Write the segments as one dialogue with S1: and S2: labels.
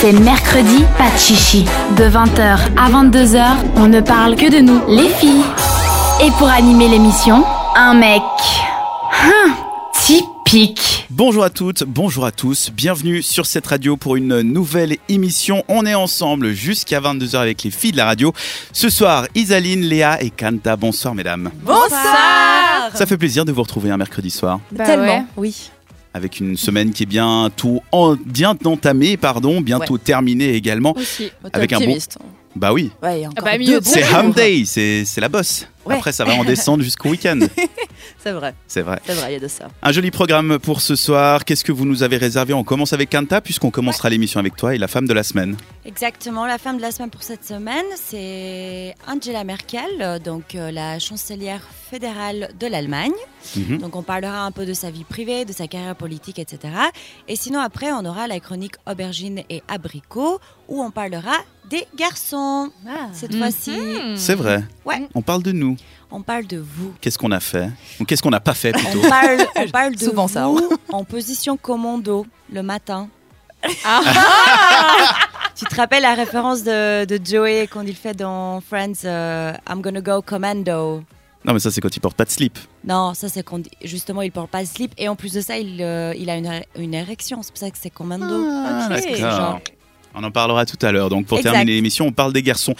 S1: C'est mercredi, pas de chichi. De 20h à 22h, on ne parle que de nous, les filles. Et pour animer l'émission, un mec. Hum, typique.
S2: Bonjour à toutes, bonjour à tous, bienvenue sur cette radio pour une nouvelle émission. On est ensemble jusqu'à 22h avec les filles de la radio. Ce soir, Isaline, Léa et Kanta, bonsoir mesdames.
S3: Bonsoir
S2: Ça fait plaisir de vous retrouver un mercredi soir
S4: bah
S3: Tellement,
S5: ouais.
S3: oui.
S2: avec une semaine qui est bien tout en- bien entamée, pardon, bientôt terminée également.
S5: Aussi.
S2: Avec un bon- Bah oui,
S3: Ouais, il y
S4: Ah
S3: a encore
S5: bah,
S3: deux
S5: mieux,
S3: bons
S2: c'est
S3: jours.
S2: Ham Day, c'est c'est la bosse.
S3: Ouais.
S2: Après ça va en descendre jusqu'au week-end,
S3: C'est vrai,
S2: c'est vrai.
S3: c'est vrai, il y a de ça.
S2: Un joli programme pour ce soir. Qu'est-ce que vous nous avez réservé On commence avec Kanta puisqu'on commencera l'émission avec toi et la femme de la semaine.
S4: Exactement, la femme de la semaine pour cette semaine, c'est Angela Merkel, euh, donc euh, la chancelière fédérale de l'Allemagne.
S2: Mhm.
S4: Donc on parlera un peu de sa vie privée, de sa carrière politique, etc. Et sinon après, on aura la chronique aubergine et abricot où on parlera des garçons. Cette fois-ci,
S3: Mm.
S2: C'est vrai.
S4: Ouais.
S2: On parle de nous.
S4: on parle de vous.
S2: Qu'est-ce qu'on a fait Ou qu'est-ce qu'on n'a pas fait
S4: On
S2: plutôt
S4: parle, on parle de
S3: Souvent
S4: vous
S3: ça,
S5: hein.
S4: en position commando le matin.
S5: Ah,
S4: Tu te rappelles la référence de, de Joey quand il fait dans Friends euh, I'm gonna go commando.
S2: Non, mais ça, c'est quand ils portent pas de slip.
S4: Non, ça c'est quand justement il porte pas de slip et en plus de ça il, euh, il a une, ré- une érection, c'est pour ça que c'est commando.
S2: Ah,
S5: ok.
S2: d'accord. On en parlera tout à l'heure. Donc, pour
S4: Exact.
S2: terminer l'émission, on parle des garçons.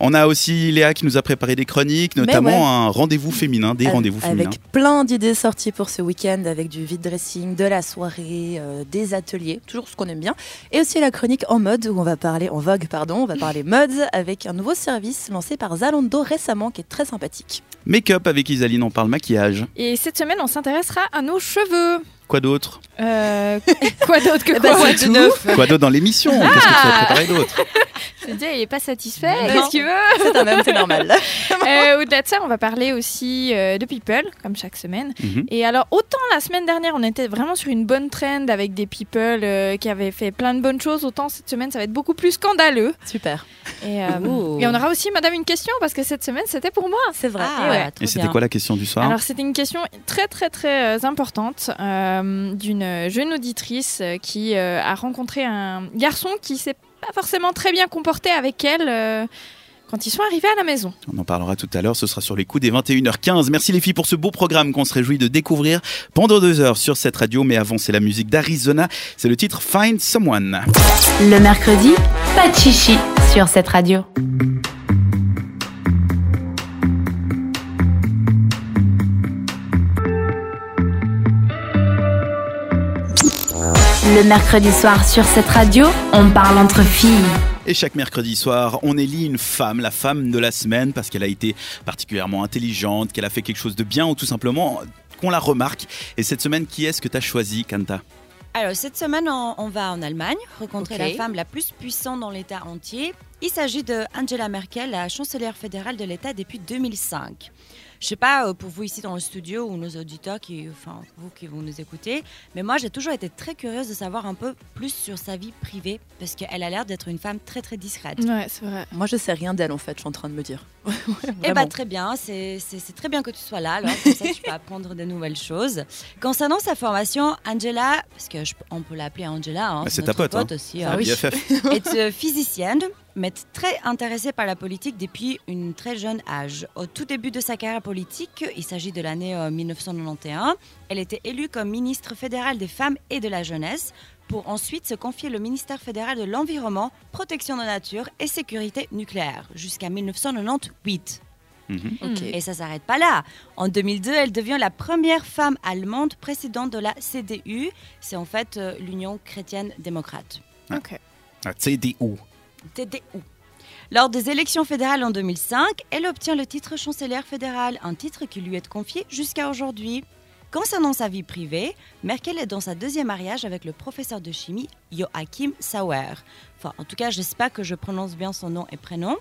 S2: On a aussi Léa qui nous a préparé des chroniques, notamment
S3: ouais.
S2: un rendez-vous féminin, des
S3: Avec-
S2: rendez-vous féminins.
S3: Avec plein d'idées sorties pour ce week-end, avec du vide dressing, de la soirée, euh, des ateliers, toujours ce qu'on aime bien. Et aussi la chronique en mode, où on va parler, en vogue, pardon, on va parler mode, avec un nouveau service lancé par Zalando récemment, qui est très sympathique.
S2: Make-up avec Isaline, on parle maquillage.
S5: Et cette semaine, on s'intéressera à nos cheveux.
S2: Quoi d'autre
S5: Euh, quoi d'autre que
S3: Eh ben,
S5: quoi
S3: c'est tout.
S2: Quoi d'autre dans l'émission Qu'est-ce que tu as préparé d'autre
S5: Je veux dire, il est pas satisfait.
S3: Non.
S5: Qu'est-ce qu'il veut
S3: C'est un homme, c'est normal.
S5: Euh, Au-delà de ça, on va parler aussi euh, de people, comme chaque semaine.
S2: Mhm.
S5: Et alors, autant la semaine dernière, on était vraiment sur une bonne trend avec des people euh, qui avaient fait plein de bonnes choses, autant cette semaine, ça va être beaucoup plus scandaleux.
S3: Super.
S5: Et, euh,
S3: Ouh.
S5: et on aura aussi, madame, une question, parce que cette semaine, c'était pour moi.
S3: C'est vrai.
S4: Ah,
S5: Et Eh ouais.
S4: trop
S2: Et c'était
S4: bien.
S2: quoi la question du soir
S5: Alors c'était une question très très très euh, importante euh, d'une jeune auditrice euh, qui euh, a rencontré un garçon qui s'est pas forcément très bien comporté avec elle euh, quand ils sont arrivés à la maison.
S2: On en parlera tout à l'heure, ce sera sur les coups des 21h15. Merci les filles pour ce beau programme qu'on se réjouit de découvrir pendant deux heures sur cette radio. Mais avant, c'est la musique d'Arizona, c'est le titre Find Someone.
S1: Le mercredi, pas de chichi sur cette radio. Le mercredi soir sur cette radio, on parle entre filles.
S2: Et chaque mercredi soir, on élit une femme, la femme de la semaine, parce qu'elle a été particulièrement intelligente, qu'elle a fait quelque chose de bien ou tout simplement qu'on la remarque. Et cette semaine, qui est-ce que tu as choisi, Kanta
S4: Alors cette semaine on, on va en Allemagne rencontrer
S3: Ok.
S4: la femme la plus puissante dans l'État entier. Il s'agit de Angela Merkel, la chancelière fédérale de l'État depuis 2005. Je sais pas euh, pour vous ici dans le studio ou nos auditeurs qui, enfin vous qui vous nous écoutez, mais moi j'ai toujours été très curieuse de savoir un peu plus sur sa vie privée parce qu'elle a l'air d'être une femme très très discrète.
S5: Ouais, c'est vrai.
S3: Moi, je sais rien d'elle, en fait, je suis en train de me dire.
S4: Eh
S3: Vraiment.
S4: ben très bien, c'est c'est- c'est très bien que tu sois là, alors comme ça tu peux apprendre de nouvelles choses. Concernant sa formation, Angela, parce que je- on peut l'appeler Angela, hein,
S2: Bah, c'est
S4: notre
S2: ta pote, hein.
S4: aussi,
S3: Ah
S4: hein,
S3: oui.
S2: BFF.
S4: est euh, physicienne, mais t- très intéressée par la politique depuis une très jeune âge. Au tout début de sa carrière politique, il s'agit de l'année euh, 1991, elle était élue comme ministre fédérale des femmes et de la jeunesse pour ensuite se confier le ministère fédéral de l'environnement, protection de la nature et sécurité nucléaire jusqu'à 1998.
S2: Mhm.
S3: Ok.
S4: Et ça s'arrête pas là. En 2002, elle devient la première femme allemande présidente de la CDU. C'est en fait euh, l'Union chrétienne démocrate.
S5: Ok.
S2: Ah, CDU.
S4: TDU. Lors des élections fédérales en 2005, elle obtient le titre chancelière fédérale, un titre qui lui est confié jusqu'à aujourd'hui. Concernant sa vie privée, Merkel est dans sa deuxième mariage avec le professeur de chimie Joachim Sauer. Enfin, en tout cas, j'espère que je prononce bien son nom et prénom.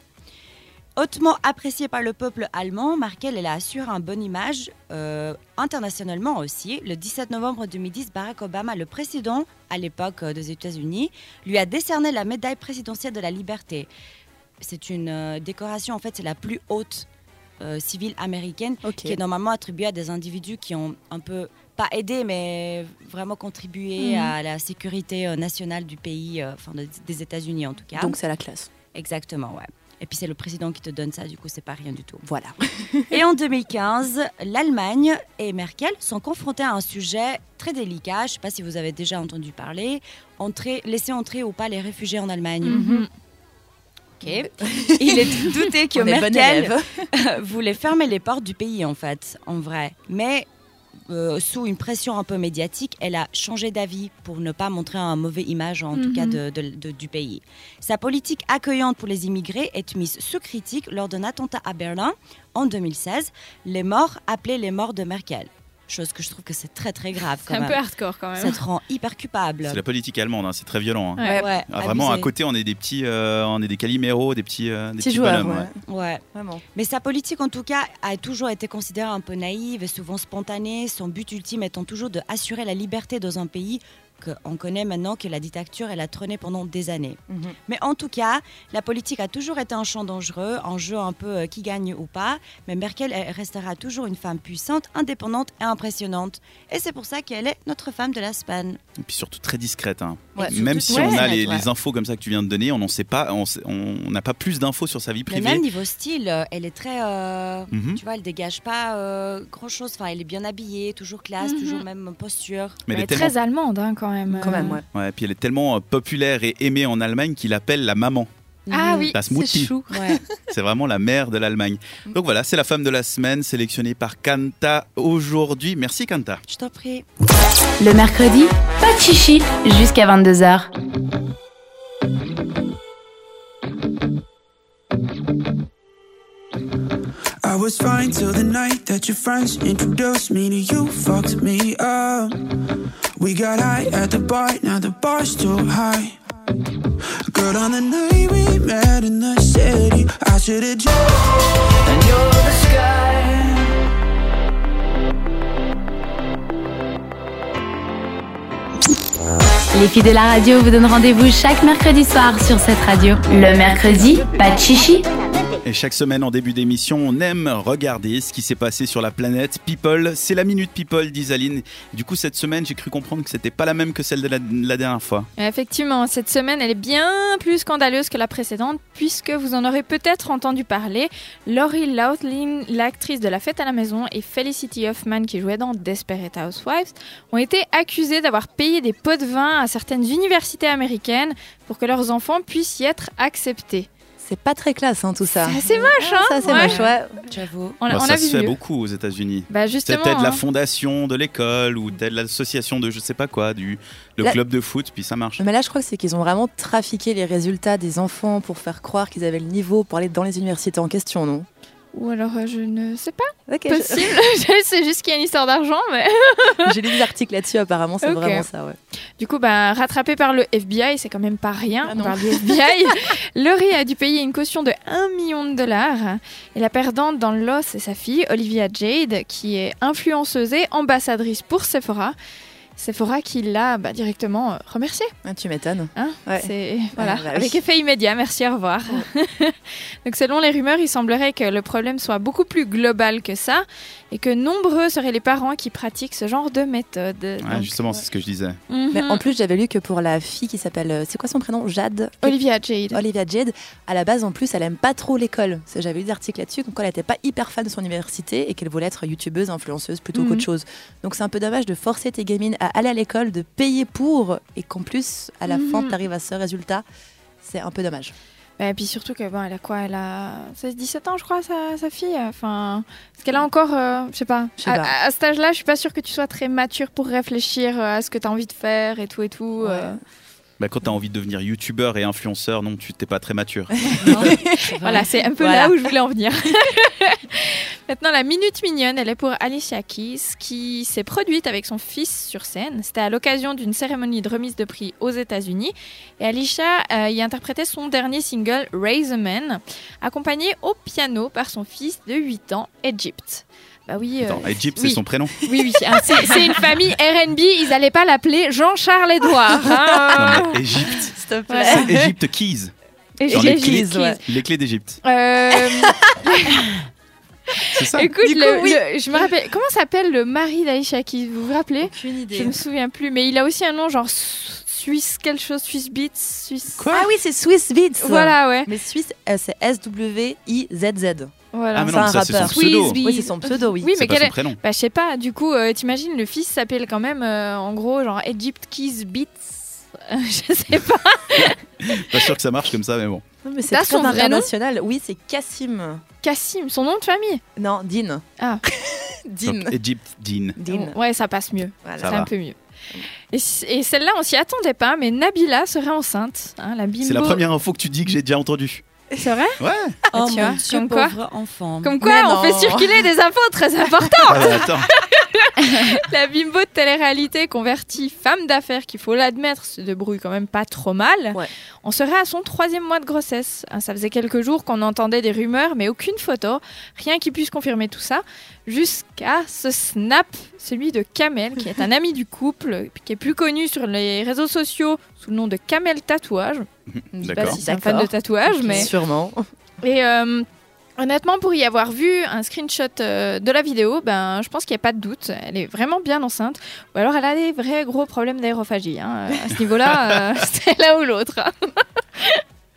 S4: Hautement appréciée par le peuple allemand, Merkel elle assure un bonne image euh, internationalement aussi. Le 17 novembre 2010, Barack Obama, le président à l'époque euh, des États-Unis, lui a décerné la médaille présidentielle de la liberté. C'est une euh, décoration, en fait, c'est la plus haute euh, civile américaine
S3: Ok.
S4: qui est normalement attribuée à des individus qui ont un peu pas aider, mais vraiment contribuer
S5: Mhm.
S3: Hmm.
S4: à la sécurité euh, nationale du pays, euh, enfin de- des États-Unis en tout cas.
S3: Donc c'est la classe.
S4: Exactement, ouais. Et puis c'est le président qui te donne ça, du coup c'est pas rien du tout.
S3: Voilà.
S4: Et en 2015, l'Allemagne et Merkel sont confrontées à un sujet très délicat. Je sais pas si vous avez déjà entendu parler. Entrer, laisser entrer ou pas les réfugiés en Allemagne.
S5: Mhm.
S4: Ok. Il est douté que
S3: On est bonne
S4: Merkel
S3: élève.
S4: voulait fermer les portes du pays en fait, en vrai. Mais euh, sous une pression un peu médiatique, elle a changé d'avis pour ne pas montrer un mauvais image en tout
S5: Mhm.
S4: cas de- de- de- du pays. Sa politique accueillante pour les immigrés est mise sous critique lors d'un attentat à Berlin en 2016. Les morts appelés les morts de Merkel. Chose que je trouve que c'est très très grave
S5: C'est
S4: quand
S5: un peu
S4: même.
S5: hardcore quand
S4: Ça
S5: même.
S4: te rend hyper culpable.
S2: C'est la politique allemande, hein, c'est très violent. hein.
S5: Ouais.
S4: Ouais,
S2: Ah, vraiment, à
S4: abusé.
S2: côté, on est des petits, euh, on est des caliméros, des petits, euh, des
S3: Petit
S2: petits
S3: joueur,
S2: bonhommes,
S3: ouais.
S2: ouais.
S4: Ouais.
S3: Vraiment.
S4: Mais sa politique, en tout cas, a toujours été considérée un peu naïve et souvent spontanée, son but ultime étant toujours de assurer la liberté dans un pays qu'on connaît maintenant que la dictature, elle a trôné pendant des années.
S3: Mhm.
S4: Mais en tout cas, la politique a toujours été un champ dangereux, un jeu un peu euh, qui gagne ou pas, mais Merkel elle restera toujours une femme puissante, indépendante et impressionnante. Et c'est pour ça qu'elle est notre femme de la semaine.
S2: Et puis surtout très discrète. hein.
S3: Ouais,
S4: Et
S2: Même si
S4: surtout
S5: très
S2: on a
S4: discrète,
S2: les,
S4: ouais.
S2: les infos comme ça que tu viens de donner, on n'en sait pas, on sait- on n'a pas plus d'infos sur sa vie privée.
S4: Mais même niveau style, euh, elle est très... euh,
S2: Mhm.
S4: Tu vois, elle dégage pas euh, grand-chose. Enfin, elle est bien habillée, toujours classe,
S5: Mhm.
S4: toujours même posture.
S2: Mais elle
S5: Elle
S2: est
S5: est
S2: tellement,
S5: très allemande hein, quand même.
S3: Quand même,
S5: Euh,
S3: ouais.
S2: ouais, puis elle est tellement euh, populaire et aimée en Allemagne qu'il appelle la maman.
S5: Ah oui,
S2: La
S5: c'est
S2: smoothie.
S5: chou.
S4: Ouais.
S2: C'est vraiment la mère de l'Allemagne.
S5: Mm.
S2: Donc voilà, c'est la femme de la semaine sélectionnée par Kanta aujourd'hui. Merci Kanta.
S4: Je t'en prie.
S1: Le mercredi, pas de chichi jusqu'à 22h.
S6: I was fine till the night that your friends introduced me to you. Fucked me up. We got high at the bar, now the bar's too high. Girl, on the night we met in the city, I should've just. And you're the sky.
S1: Les filles de la radio vous donnent rendez-vous chaque mercredi soir sur cette radio. Le mercredi, pas de chichi.
S2: Et chaque semaine en début d'émission, on aime regarder ce qui s'est passé sur la planète People. C'est la minute People d'Isaline. Du coup, cette semaine, j'ai cru comprendre que c'était pas la même que celle de la, la dernière fois.
S5: Effectivement, cette semaine, elle est bien plus scandaleuse que la précédente, puisque vous en aurez peut-être entendu parler. Laurie Laughlin, l'actrice de La Fête à la Maison, et Felicity Hoffman, qui jouait dans Desperate Housewives, ont été accusées d'avoir payé des pots de vin à certaines universités américaines pour que leurs enfants puissent y être acceptés.
S3: C'est pas très classe, hein, tout ça.
S5: C'est assez moche, hein
S3: Ça, c'est
S5: Ouais.
S3: moche, ouais.
S4: J'avoue.
S5: On,
S2: Bah,
S5: on
S2: ça
S5: a
S2: se
S5: vu
S2: fait
S5: mieux.
S2: beaucoup aux États-unis.
S5: Bah
S2: C'est
S5: justement,
S2: peut-être la
S5: hein.
S2: fondation de l'école ou peut-être l'association de je sais pas quoi, du le
S3: La-
S2: club de foot, puis ça marche.
S3: Mais là, je crois que c'est qu'ils ont vraiment trafiqué les résultats des enfants pour faire croire qu'ils avaient le niveau pour aller dans les universités en question, non
S5: ou alors euh, je ne sais pas,
S3: Ok, je-
S5: possible. Je sais juste qu'il y a une histoire d'argent, mais
S3: j'ai lu des articles là-dessus, apparemment, c'est
S5: Ok.
S3: vraiment ça, ouais.
S5: Du coup, ben, rattrapé par le FBI, c'est quand même pas rien.
S3: Ah
S5: on
S3: non.
S5: parle du FBI. Laurie a dû payer une caution de 1 million de dollars. Et la perdante dans le lot, c'est sa fille, Olivia Jade, qui est influenceuse et ambassadrice pour Sephora. Sephora qui l'a bah, directement euh, remerciée.
S3: Ah, tu m'étonnes.
S5: Hein
S3: Ouais.
S5: C'est- voilà,
S3: bah oui.
S5: avec effet immédiat, merci, au revoir. Donc selon les rumeurs, il semblerait que le problème soit beaucoup plus global que ça et que nombreux seraient les parents qui pratiquent ce genre de méthode.
S2: Ouais,
S5: Donc,
S2: justement, c'est ce que je disais.
S5: mhm.
S3: Mais en plus, j'avais lu que pour la fille qui s'appelle, euh, c'est quoi son prénom Jade
S5: Olivia Jade.
S3: Olivia Jade, à la base en plus, elle aime pas trop l'école. Ça, J'avais lu des articles là-dessus, comme quoi elle n'était pas hyper fan de son université et qu'elle voulait être youtubeuse, influenceuse plutôt
S5: Mhm.
S3: qu'autre chose. Donc c'est un peu dommage de forcer tes gamines à aller à l'école, de payer pour et qu'en plus, à la fin,
S5: Mhm.
S3: t'arrives à ce résultat. C'est un peu dommage.
S5: Bah, Et puis surtout que bon, elle a quoi Elle a 16, 17 ans, je crois, sa, sa fille. euh, Enfin, est-ce qu'elle a encore, euh, je sais pas.
S3: Je sais
S5: À,
S3: pas.
S5: à- à cet âge-là, je suis pas sûre que tu sois très mature pour réfléchir euh, à ce que tu as envie de faire et tout et tout. euh.
S2: Bah, quand t'as envie de devenir youtubeur et influenceur, non, tu t'es pas très mature.
S5: Voilà, c'est un peu
S3: Voilà.
S5: là où je voulais en venir. Maintenant, la minute mignonne, elle est pour Alicia Keys, qui s'est produite avec son fils sur scène. C'était à l'occasion d'une cérémonie de remise de prix aux États-Unis. Et Alicia euh, y interprétait son dernier single, Raise a Man, accompagné au piano par son fils de 8 ans, Egypt. Bah oui, euh,
S2: Attends, Egypte, c'est
S5: oui.
S2: son prénom.
S5: oui, oui. hein, c'est c'est une famille RB, ils n'allaient pas l'appeler Jean-Charles Édouard. hein,
S2: Non, mais Égypte.
S3: S'il te
S5: plaît.
S2: C'est Égypte Keys.
S5: euh,
S2: Dans les
S5: Egypt, Euh,
S2: clés,
S5: Keys.
S2: les clés d'Égypte.
S5: Euh,
S2: C'est ça
S5: Écoute,
S4: Du coup,
S5: le-
S4: oui.
S5: le- je me rappelle. Comment s'appelle le mari d'Aïcha qui vous vous rappelez
S4: Aucune
S5: Je
S4: idée.
S5: me souviens plus, mais il a aussi un nom genre Suisse quelque chose, Suisse Beats, Suisse.
S3: Ah oui, c'est Swiss Beats.
S5: Voilà, ouais.
S3: Mais Suisse, euh, c'est S-W-I-Z-Z.
S5: Voilà.
S2: Ah, mais
S3: c'est
S2: non,
S3: un
S2: ça, c'est son
S3: rappeur.
S2: pseudo.
S5: Swiss
S3: Oui, c'est son pseudo, oui.
S5: Oui,
S2: C'est
S5: mais
S2: pas
S5: quel
S2: son
S5: est
S2: prénom.
S5: Bah, je sais pas. Du coup, euh, t'imagines, le fils s'appelle quand même, euh, en gros, genre Egypt Keys Beats. Euh, je sais pas.
S2: Pas sûr que ça marche comme ça, mais bon.
S3: Non, mais c'est
S5: T'as
S3: très
S5: son vrai nom
S3: international. Oui, c'est Cassim.
S5: Cassim, son nom de famille.
S3: Non, Dean.
S5: Ah.
S3: Dean.
S2: Donc, Egypt Dean.
S3: Dean.
S5: Ouais, ça passe mieux.
S3: Voilà.
S2: Ça
S5: C'est
S2: va.
S5: un peu mieux. Et, c- et celle-là, on s'y attendait pas, mais Nabila serait enceinte. hein, la bimbo.
S2: C'est la première info que tu dis que j'ai déjà entendue.
S5: C'est vrai
S2: Ouais.
S4: Oh
S5: tu
S4: mon
S5: vois,
S4: Dieu,
S5: comme quoi.
S4: pauvre enfant.
S5: Comme
S3: Mais
S5: quoi, on
S3: non.
S5: fait circuler des infos très importantes.
S2: Ah, bah, attends.
S5: la bimbo de télé-réalité convertie femme d'affaires, qu'il faut l'admettre, se débrouille quand même pas trop mal.
S3: Ouais.
S5: On serait à son troisième mois de grossesse. Hein, Ça faisait quelques jours qu'on entendait des rumeurs, mais aucune photo, rien qui puisse confirmer tout ça, jusqu'à ce snap, celui de Kamel, qui est un ami du couple, qui est plus connu sur les réseaux sociaux sous le nom de Kamel Tatouage. Je sais pas
S2: D'accord.
S5: si c'est un fan de tatouage, mais.
S3: Sûrement.
S5: Et euh, honnêtement, pour y avoir vu un screenshot euh, de la vidéo, ben, je pense qu'il n'y a pas de doute. Elle est vraiment bien enceinte. Ou alors elle a des vrais gros problèmes d'aérophagie. hein. À ce niveau-là, euh, c'est l'un ou l'autre. hein.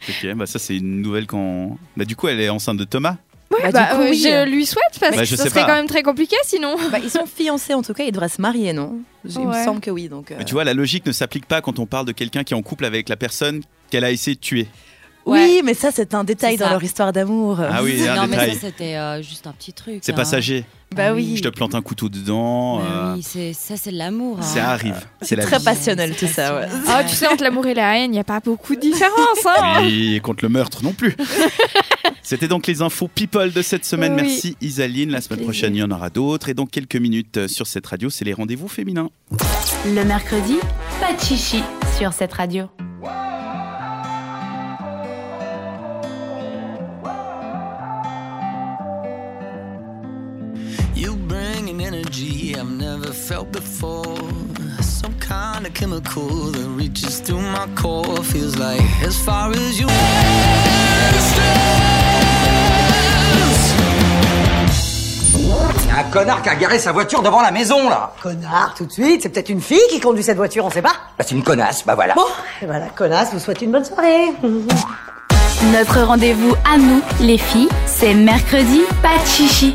S2: Ok, bah ça c'est une nouvelle quand. Bah du coup elle est enceinte de Thomas.
S3: Bah,
S5: Bah,
S3: du coup,
S5: euh,
S3: oui.
S5: je lui souhaite parce
S2: Bah,
S5: que
S2: je
S5: ce
S2: sais
S5: serait
S2: pas.
S5: quand même très compliqué sinon.
S3: Bah, ils sont fiancés en tout cas, ils devraient se marier, non Il
S5: Ouais.
S3: me semble que oui. Donc, euh,
S2: Mais tu vois la logique ne s'applique pas quand on parle de quelqu'un qui est en couple avec la personne qu'elle a essayé de tuer.
S3: Oui, mais ça, c'est un détail
S4: C'est
S3: dans
S4: ça.
S3: leur histoire d'amour.
S2: Ah oui, un
S4: non, mais
S2: détail.
S4: ça, c'était euh, juste un petit truc.
S2: C'est
S4: hein.
S2: passager.
S3: Bah oui.
S2: Je te plante un couteau dedans.
S4: Mais
S2: euh,
S4: Bah oui, c'est- ça, c'est de l'amour. hein.
S2: Ça arrive. C'est la
S3: Très
S2: vie.
S3: passionnel tout ça. ouais.
S5: Ah, tu sais, entre l'amour et la haine, il n'y a pas beaucoup de différence. hein.
S2: Oui, et contre le meurtre non plus. C'était donc les infos people de cette semaine.
S5: Oui.
S2: Merci Isaline. La semaine prochaine, il y en aura d'autres. Et dans quelques minutes euh, sur cette radio, c'est les rendez-vous féminins.
S1: Le mercredi, pas de chichi sur cette radio.
S7: You bring an energy I've never felt before. Some kind of chemical that reaches through my core. Feels like as far as you
S4: Eh.
S8: Un connard qui a garé sa voiture devant la maison, là
S9: Connard, tout de suite, c'est peut-être une fille qui conduit cette voiture, on sait pas.
S8: Bah, c'est une connasse, bah voilà.
S9: Bon, et voilà, connasse, vous souhaite une bonne soirée.
S1: Notre rendez-vous à nous, les filles, c'est mercredi, pas de chichi.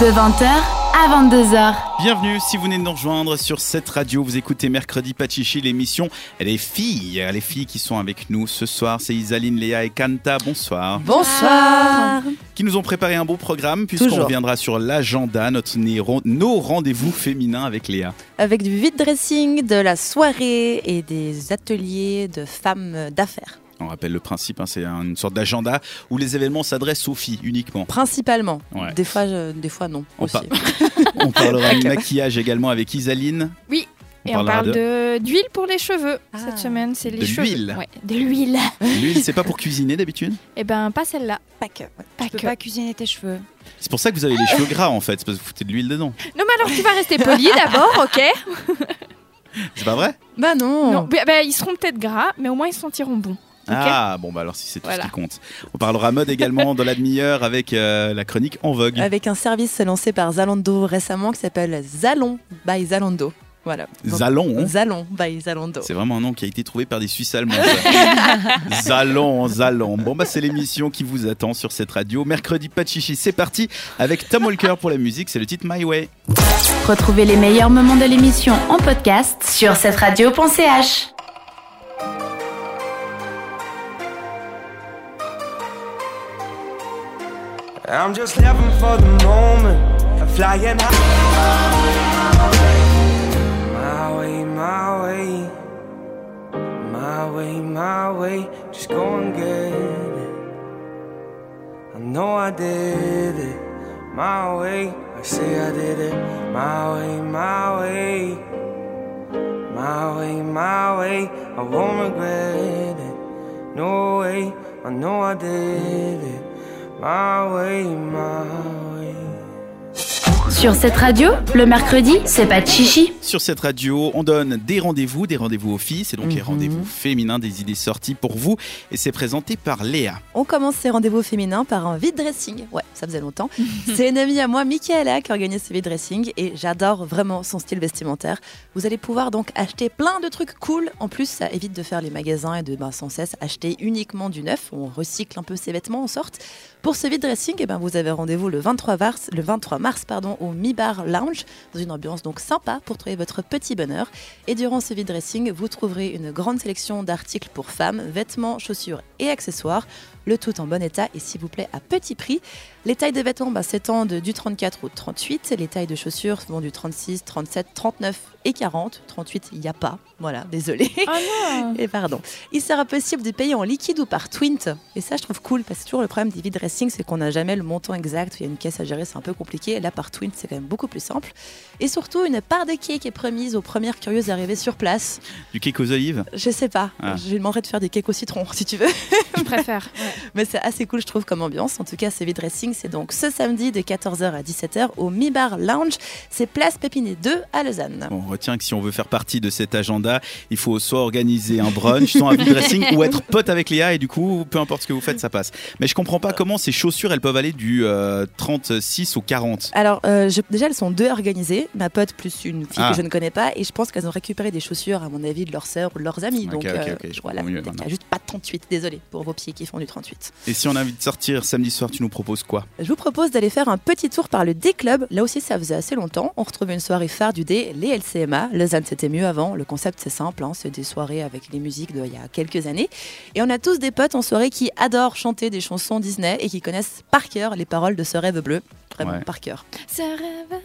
S1: De 20h à 22h.
S2: Bienvenue si vous venez de nous rejoindre sur cette radio. Vous écoutez mercredi Pachichi, l'émission Les filles. Ah, Les filles qui sont avec nous ce soir, c'est Isaline, Léa et Kanta. Bonsoir.
S3: Bonsoir.
S2: Qui nous ont préparé un beau programme puisqu'on
S3: Toujours.
S2: reviendra sur l'agenda, notre néro- nos rendez-vous féminins avec Léa.
S3: Avec du vide dressing, de la soirée et des ateliers de femmes d'affaires.
S2: On rappelle le principe, hein, c'est un- une sorte d'agenda où les événements s'adressent aux filles uniquement.
S3: Principalement.
S2: Ouais.
S3: Des, fois, je- des fois, non.
S2: On
S3: aussi.
S2: parle- On parlera de maquillage également avec Isaline.
S5: Oui.
S2: On
S5: Et on
S2: parlera
S5: parle
S2: de,
S5: de- d'huile pour les cheveux
S3: Ah.
S5: cette semaine. C'est les
S2: De
S5: cheveux.
S2: l'huile.
S5: Ouais, de l'huile.
S2: l'huile. C'est pas pour cuisiner d'habitude
S5: Eh ben, pas celle-là.
S3: Pas que.
S5: Pas
S4: Tu
S5: que.
S4: peux pas cuisiner tes cheveux.
S2: C'est pour ça que vous avez les cheveux gras en fait, c'est parce que vous foutez de l'huile dedans.
S5: Non, mais alors tu vas rester poli d'abord, ok
S2: C'est pas vrai
S3: Bah non.
S5: Non, bah, bah, ils seront peut-être gras, mais au moins ils sentiront bon. Ok.
S2: Ah bon bah alors si c'est tout
S5: Voilà.
S2: ce qui compte. On parlera mode également dans la demi-heure avec euh, la chronique en vogue.
S3: Avec un service lancé par Zalando récemment qui s'appelle Zalon by Zalando. Voilà. Donc,
S2: Zalon. hein.
S3: Zalon by Zalando.
S2: C'est vraiment un nom qui a été trouvé par des Suisses allemands. ça. Zalon, Zalon. Bon bah c'est l'émission qui vous attend sur cette radio. Mercredi pas de chichi, c'est parti avec Tom Walker pour la musique, c'est le titre My Way.
S1: Retrouvez les meilleurs moments de l'émission en podcast sur cette radio.ch.
S6: I'm just living for the moment, flying high. My way, my way, my way, my way, just go and get it. I know I did it my way. I say I did it my way, my way, my way, my way. I won't regret it. No way, I know I did it my way, my way.
S1: Sur cette radio, le mercredi, c'est pas de chichi.
S2: Sur cette radio, on donne des rendez-vous, des rendez-vous aux filles, c'est donc les
S3: Mhm.
S2: rendez-vous féminins, des idées sorties pour vous, et c'est présenté par Léa.
S3: On commence ces rendez-vous féminins par un vide dressing. Ouais, ça faisait longtemps. C'est une amie à moi, Michaela, qui organise ce vide dressing et j'adore vraiment son style vestimentaire. Vous allez pouvoir donc acheter plein de trucs cool. En plus, ça évite de faire les magasins et de ben, sans cesse acheter uniquement du neuf. On recycle un peu ses vêtements en sorte. Pour ce vide dressing, eh ben, vous avez rendez-vous le 23 mars, le 23 mars pardon, au Mi Bar Lounge, dans une ambiance donc sympa pour trouver votre petit bonheur. Et durant ce vide dressing, vous trouverez une grande sélection d'articles pour femmes, vêtements, chaussures et accessoires, le tout en bon état et s'il vous plaît à petit prix. Les tailles de vêtements bah, s'étendent du 34 au 38, les tailles de chaussures vont du 36, 37, 39 et 40. 38, il n'y a pas, voilà, désolé.
S5: Ah non
S3: Et Eh, pardon. Il sera possible de payer en liquide ou par Twint. Et ça, je trouve cool parce que c'est toujours le problème des vide dressing, c'est qu'on n'a jamais le montant exact. Il y a une caisse à gérer, c'est un peu compliqué. Et là, par Twint, c'est quand même beaucoup plus simple. Et surtout, une part de cake est promise aux premières curieuses arrivées sur place.
S2: Du cake aux olives
S3: Je sais pas.
S2: Ah.
S3: Je lui demanderai de faire des cakes au citron, si tu veux.
S5: Je préfère. ouais.
S3: Mais c'est assez cool, je trouve, comme ambiance. En tout cas, ce vide dressing, c'est donc ce samedi de 14h à 17h au Mi Bar Lounge. C'est place Pépinet 2 à Lausanne.
S2: On retient que si on veut faire partie de cet agenda, il faut soit organiser un brunch, soit un vide dressing, ou être pote avec Léa, et du coup, peu importe ce que vous faites, ça passe. Mais je comprends pas comment ces chaussures, elles peuvent aller du euh, 36 au 40.
S3: Alors, euh, je- déjà, elles sont deux organisées, ma pote plus une fille
S2: Ah.
S3: que je ne connais pas, et je pense qu'elles ont récupéré des chaussures, à mon avis, de leurs sœurs ou de leurs amis.
S2: Ok,
S3: donc,
S2: ok,
S3: euh,
S2: ok, je
S3: voilà,
S2: comprends mieux
S3: peut-être
S2: maintenant.
S3: qu'il y a juste pas de 38, désolé pour vos pieds qui font du 38.
S2: Et si on a envie de sortir samedi soir, tu nous proposes quoi
S3: Je vous propose d'aller faire un petit tour par le D-Club. Là aussi, ça faisait assez longtemps. On retrouvait une soirée phare du D, les LCMA. Lausanne, c'était mieux avant. Le concept, c'est simple. hein, C'est des soirées avec les musiques d'il y a quelques années. Et on a tous des potes en soirée qui adorent chanter des chansons Disney et qui connaissent par cœur les paroles de ce rêve bleu. Vraiment
S2: Ouais.
S3: par cœur.
S5: Ce rêve-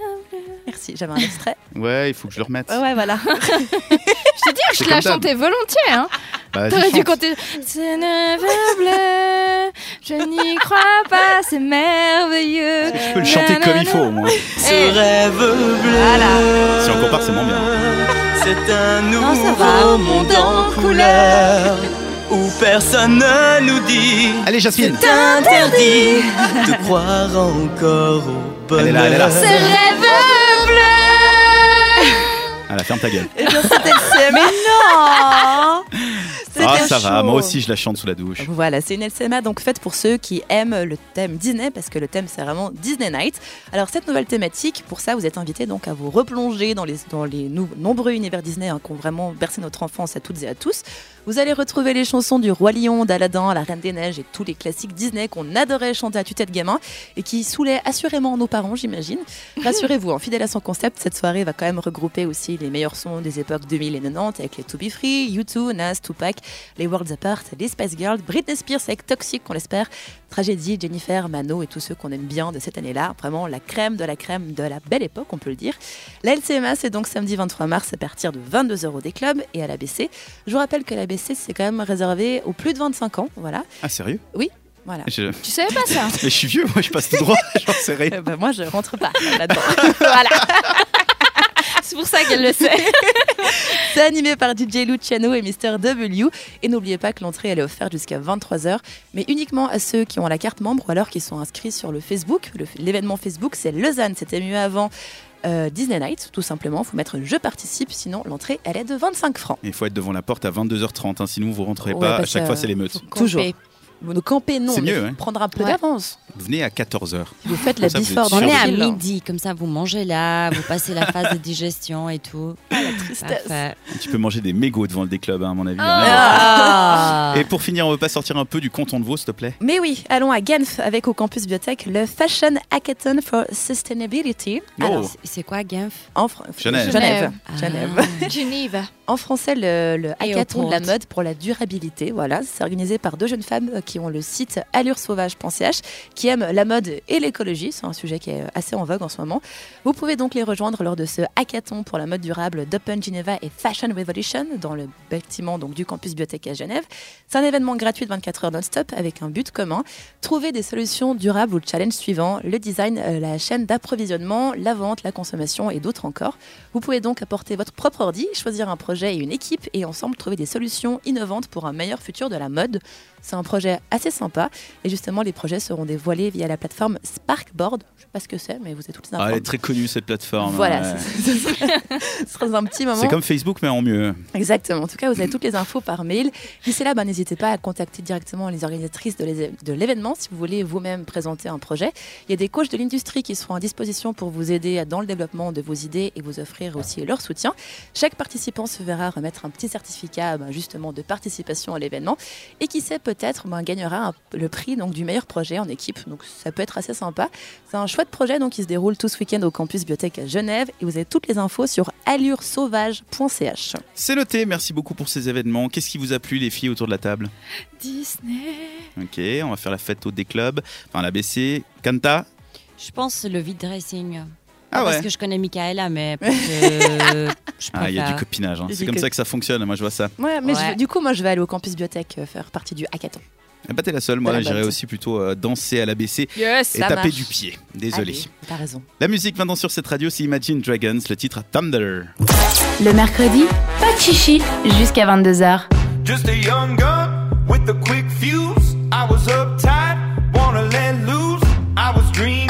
S3: Merci, j'avais un extrait.
S2: Ouais, il faut que je le remette.
S3: Ouais, ouais, voilà.
S5: Je te dis,
S2: C'est
S5: je la
S2: comme ça.
S5: chantais volontiers. Hein.
S2: Bah, vas-y,
S5: T'aurais dû
S2: chante.
S5: compter. C'est neveu bleu, je n'y crois pas, c'est merveilleux.
S2: Je peux le chanter comme il faut, au moins.
S5: Eh,
S7: rêve bleu,
S2: Si on compare, c'est moins bien.
S7: c'est un
S4: Non, ça va.
S7: monde en couleur où personne ne nous dit
S2: Allez, Jasmine
S7: interdit de croire encore au bonheur.
S2: Elle est là, elle est là.
S5: ce rêve bleu.
S2: Ah la ferme ta gueule.
S3: Eh bien, c'était le CMA.
S4: Non
S2: Ah,
S3: C'était
S2: ça va,
S3: chaud.
S2: moi aussi je la chante sous la douche.
S3: Voilà, c'est une LCMA donc faite pour ceux qui aiment le thème Disney parce que le thème c'est vraiment Disney Night. Alors cette nouvelle thématique, pour ça vous êtes invités donc à vous replonger dans les, dans les nou- nombreux univers Disney hein, qui ont vraiment bercé notre enfance à toutes et à tous. Vous allez retrouver les chansons du Roi Lion, d'Aladin, La Reine des Neiges et tous les classiques Disney qu'on adorait chanter à tue-tête gamin et qui saoulaient assurément nos parents j'imagine. Rassurez-vous, en fidèle à son concept, cette soirée va quand même regrouper aussi les meilleurs sons des époques 2000 et 90 avec les To Be Free, U2, Nas, Tupac, les Worlds Apart, les Spice Girls, Britney Spears avec Toxic, on l'espère, Tragédie, Jennifer, Mano et tous ceux qu'on aime bien de cette année-là. Vraiment la crème de la crème de la belle époque, on peut le dire. La LCMA, c'est donc samedi 23 mars à partir de 22 euros des clubs et à l'ABC. Je vous rappelle que l'ABC, c'est quand même réservé aux plus de 25 ans. Voilà.
S2: Ah sérieux
S3: voilà.
S2: je... Mais
S5: Tu savais pas ça
S2: je suis vieux, moi je passe tout droit, j'en sais rien.
S3: Euh, bah, moi, je rentre pas là-dedans.
S5: Voilà. C'est pour ça qu'elle le sait.
S3: C'est animé par DJ Luciano et Mister W. Et n'oubliez pas que l'entrée elle est offerte jusqu'à 23h, mais uniquement à ceux qui ont la carte membre ou alors qui sont inscrits sur le Facebook. Le- L'événement Facebook, c'est Lausanne, c'était mieux avant. euh, Disney Night, tout simplement, faut mettre Je participe, sinon l'entrée elle est de 25 francs.
S2: Il faut être devant la porte à 22h30, hein, sinon vous rentrez
S3: Ouais,
S2: pas, à
S3: parce
S2: chaque
S3: que-
S2: fois c'est l'émeute.
S3: Toujours. Vous nous campez, non,
S2: C'est
S3: mais
S2: mieux, ouais.
S3: prendre un peu
S5: Ouais.
S3: d'avance.
S2: Venez à 14h.
S3: Vous faites la
S2: ça, vous êtes
S3: before dans
S4: On
S2: sûr
S3: le
S4: est à
S3: film.
S4: midi, comme ça vous mangez là, vous passez la phase de digestion et tout.
S3: Ah,
S4: Parfait.
S2: Tu peux manger des mégots devant le déclub, hein, à mon avis.
S3: Ah.
S2: hein.
S4: Ah.
S2: Et pour finir, on veut pas sortir un peu du canton de Vaud, s'il te plaît
S3: Mais oui, allons à Genf avec au campus biotech le Fashion Hackathon for Sustainability.
S2: Oh.
S3: Alors,
S4: C'est- C'est quoi, Genf
S3: en Fran-
S2: Genève.
S3: Genève.
S4: Ah.
S3: Genève.
S5: Genève.
S3: En français, le, le
S4: Et
S3: hackathon de la
S4: autres.
S3: mode pour la durabilité. Voilà, c'est organisé par deux jeunes femmes euh, qui ont le site alluresauvage.ch, qui aiment la mode et l'écologie. C'est un sujet qui est euh, assez en vogue en ce moment. Vous pouvez donc les rejoindre lors de ce hackathon pour la mode durable d'Open Geneva et Fashion Revolution dans le bâtiment donc, du campus bibliothèque à Genève. C'est un événement gratuit de 24 heures non-stop avec un but commun trouver des solutions durables au challenge suivant le design, euh, la chaîne d'approvisionnement, la vente, la consommation et d'autres encore. Vous pouvez donc apporter votre propre ordi, choisir un projet et une équipe et ensemble trouver des solutions innovantes pour un meilleur futur de la mode. C'est un projet assez sympa. Et justement, les projets seront dévoilés via la plateforme Sparkboard. Je sais pas ce que c'est, mais vous avez toutes les
S2: Ah,
S3: informations.
S2: elle est très connue cette plateforme. hein,
S3: Voilà,
S2: ouais.
S3: ce sera dans un petit moment.
S2: C'est comme Facebook mais en mieux.
S3: Exactement. En tout cas, vous avez toutes les infos par mail. D'ici là, ben, n'hésitez pas à contacter directement les organisatrices de l'é- de l'événement si vous voulez vous-même présenter un projet. Il y a des coachs de l'industrie qui seront à disposition pour vous aider à- dans le développement de vos idées et vous offrir aussi leur soutien. Chaque participant se verra remettre un petit certificat ben, justement de participation à l'événement et qui sait peut-être ben, gagnera un- le prix donc du meilleur projet en équipe. Donc ça peut être assez sympa. C'est un chouette projet donc qui se déroule tout ce week-end au campus Biotech à Genève et vous avez toutes les infos sur alluresauvage.ch.
S2: C'est noté, merci beaucoup pour ces événements. Qu'est-ce qui vous a plu les filles autour de la table
S5: Disney.
S2: Ok, on va faire la fête au des clubs, enfin l'ABC, Canta.
S4: Je pense le vide dressing.
S2: Ah
S4: Parce
S2: ouais.
S4: que je connais Michaela, mais parce que je préfère.
S2: Ah, il y a du copinage, hein.
S3: Du
S2: c'est comme
S3: cop-
S2: ça que ça fonctionne, moi je vois ça.
S3: Ouais, mais
S4: Ouais.
S3: je- du coup, moi, je vais aller au campus biotech euh, faire partie du hackathon.
S2: Eh ben, t'es la seule,
S3: T'as
S2: moi
S3: la bonne.
S2: j'irais aussi plutôt euh, danser à l'ABC
S5: Yes.
S2: et
S4: Ça
S2: taper
S4: marche.
S2: du pied. Désolé.
S3: Allez, T'as raison.
S2: La musique maintenant sur cette radio, c'est Imagine Dragons, le titre Thunder.
S1: Le mercredi, pas de chichi jusqu'à 22h.
S6: Just a young gun with a quick fuse. I was uptight, wanna let loose. I was dreaming.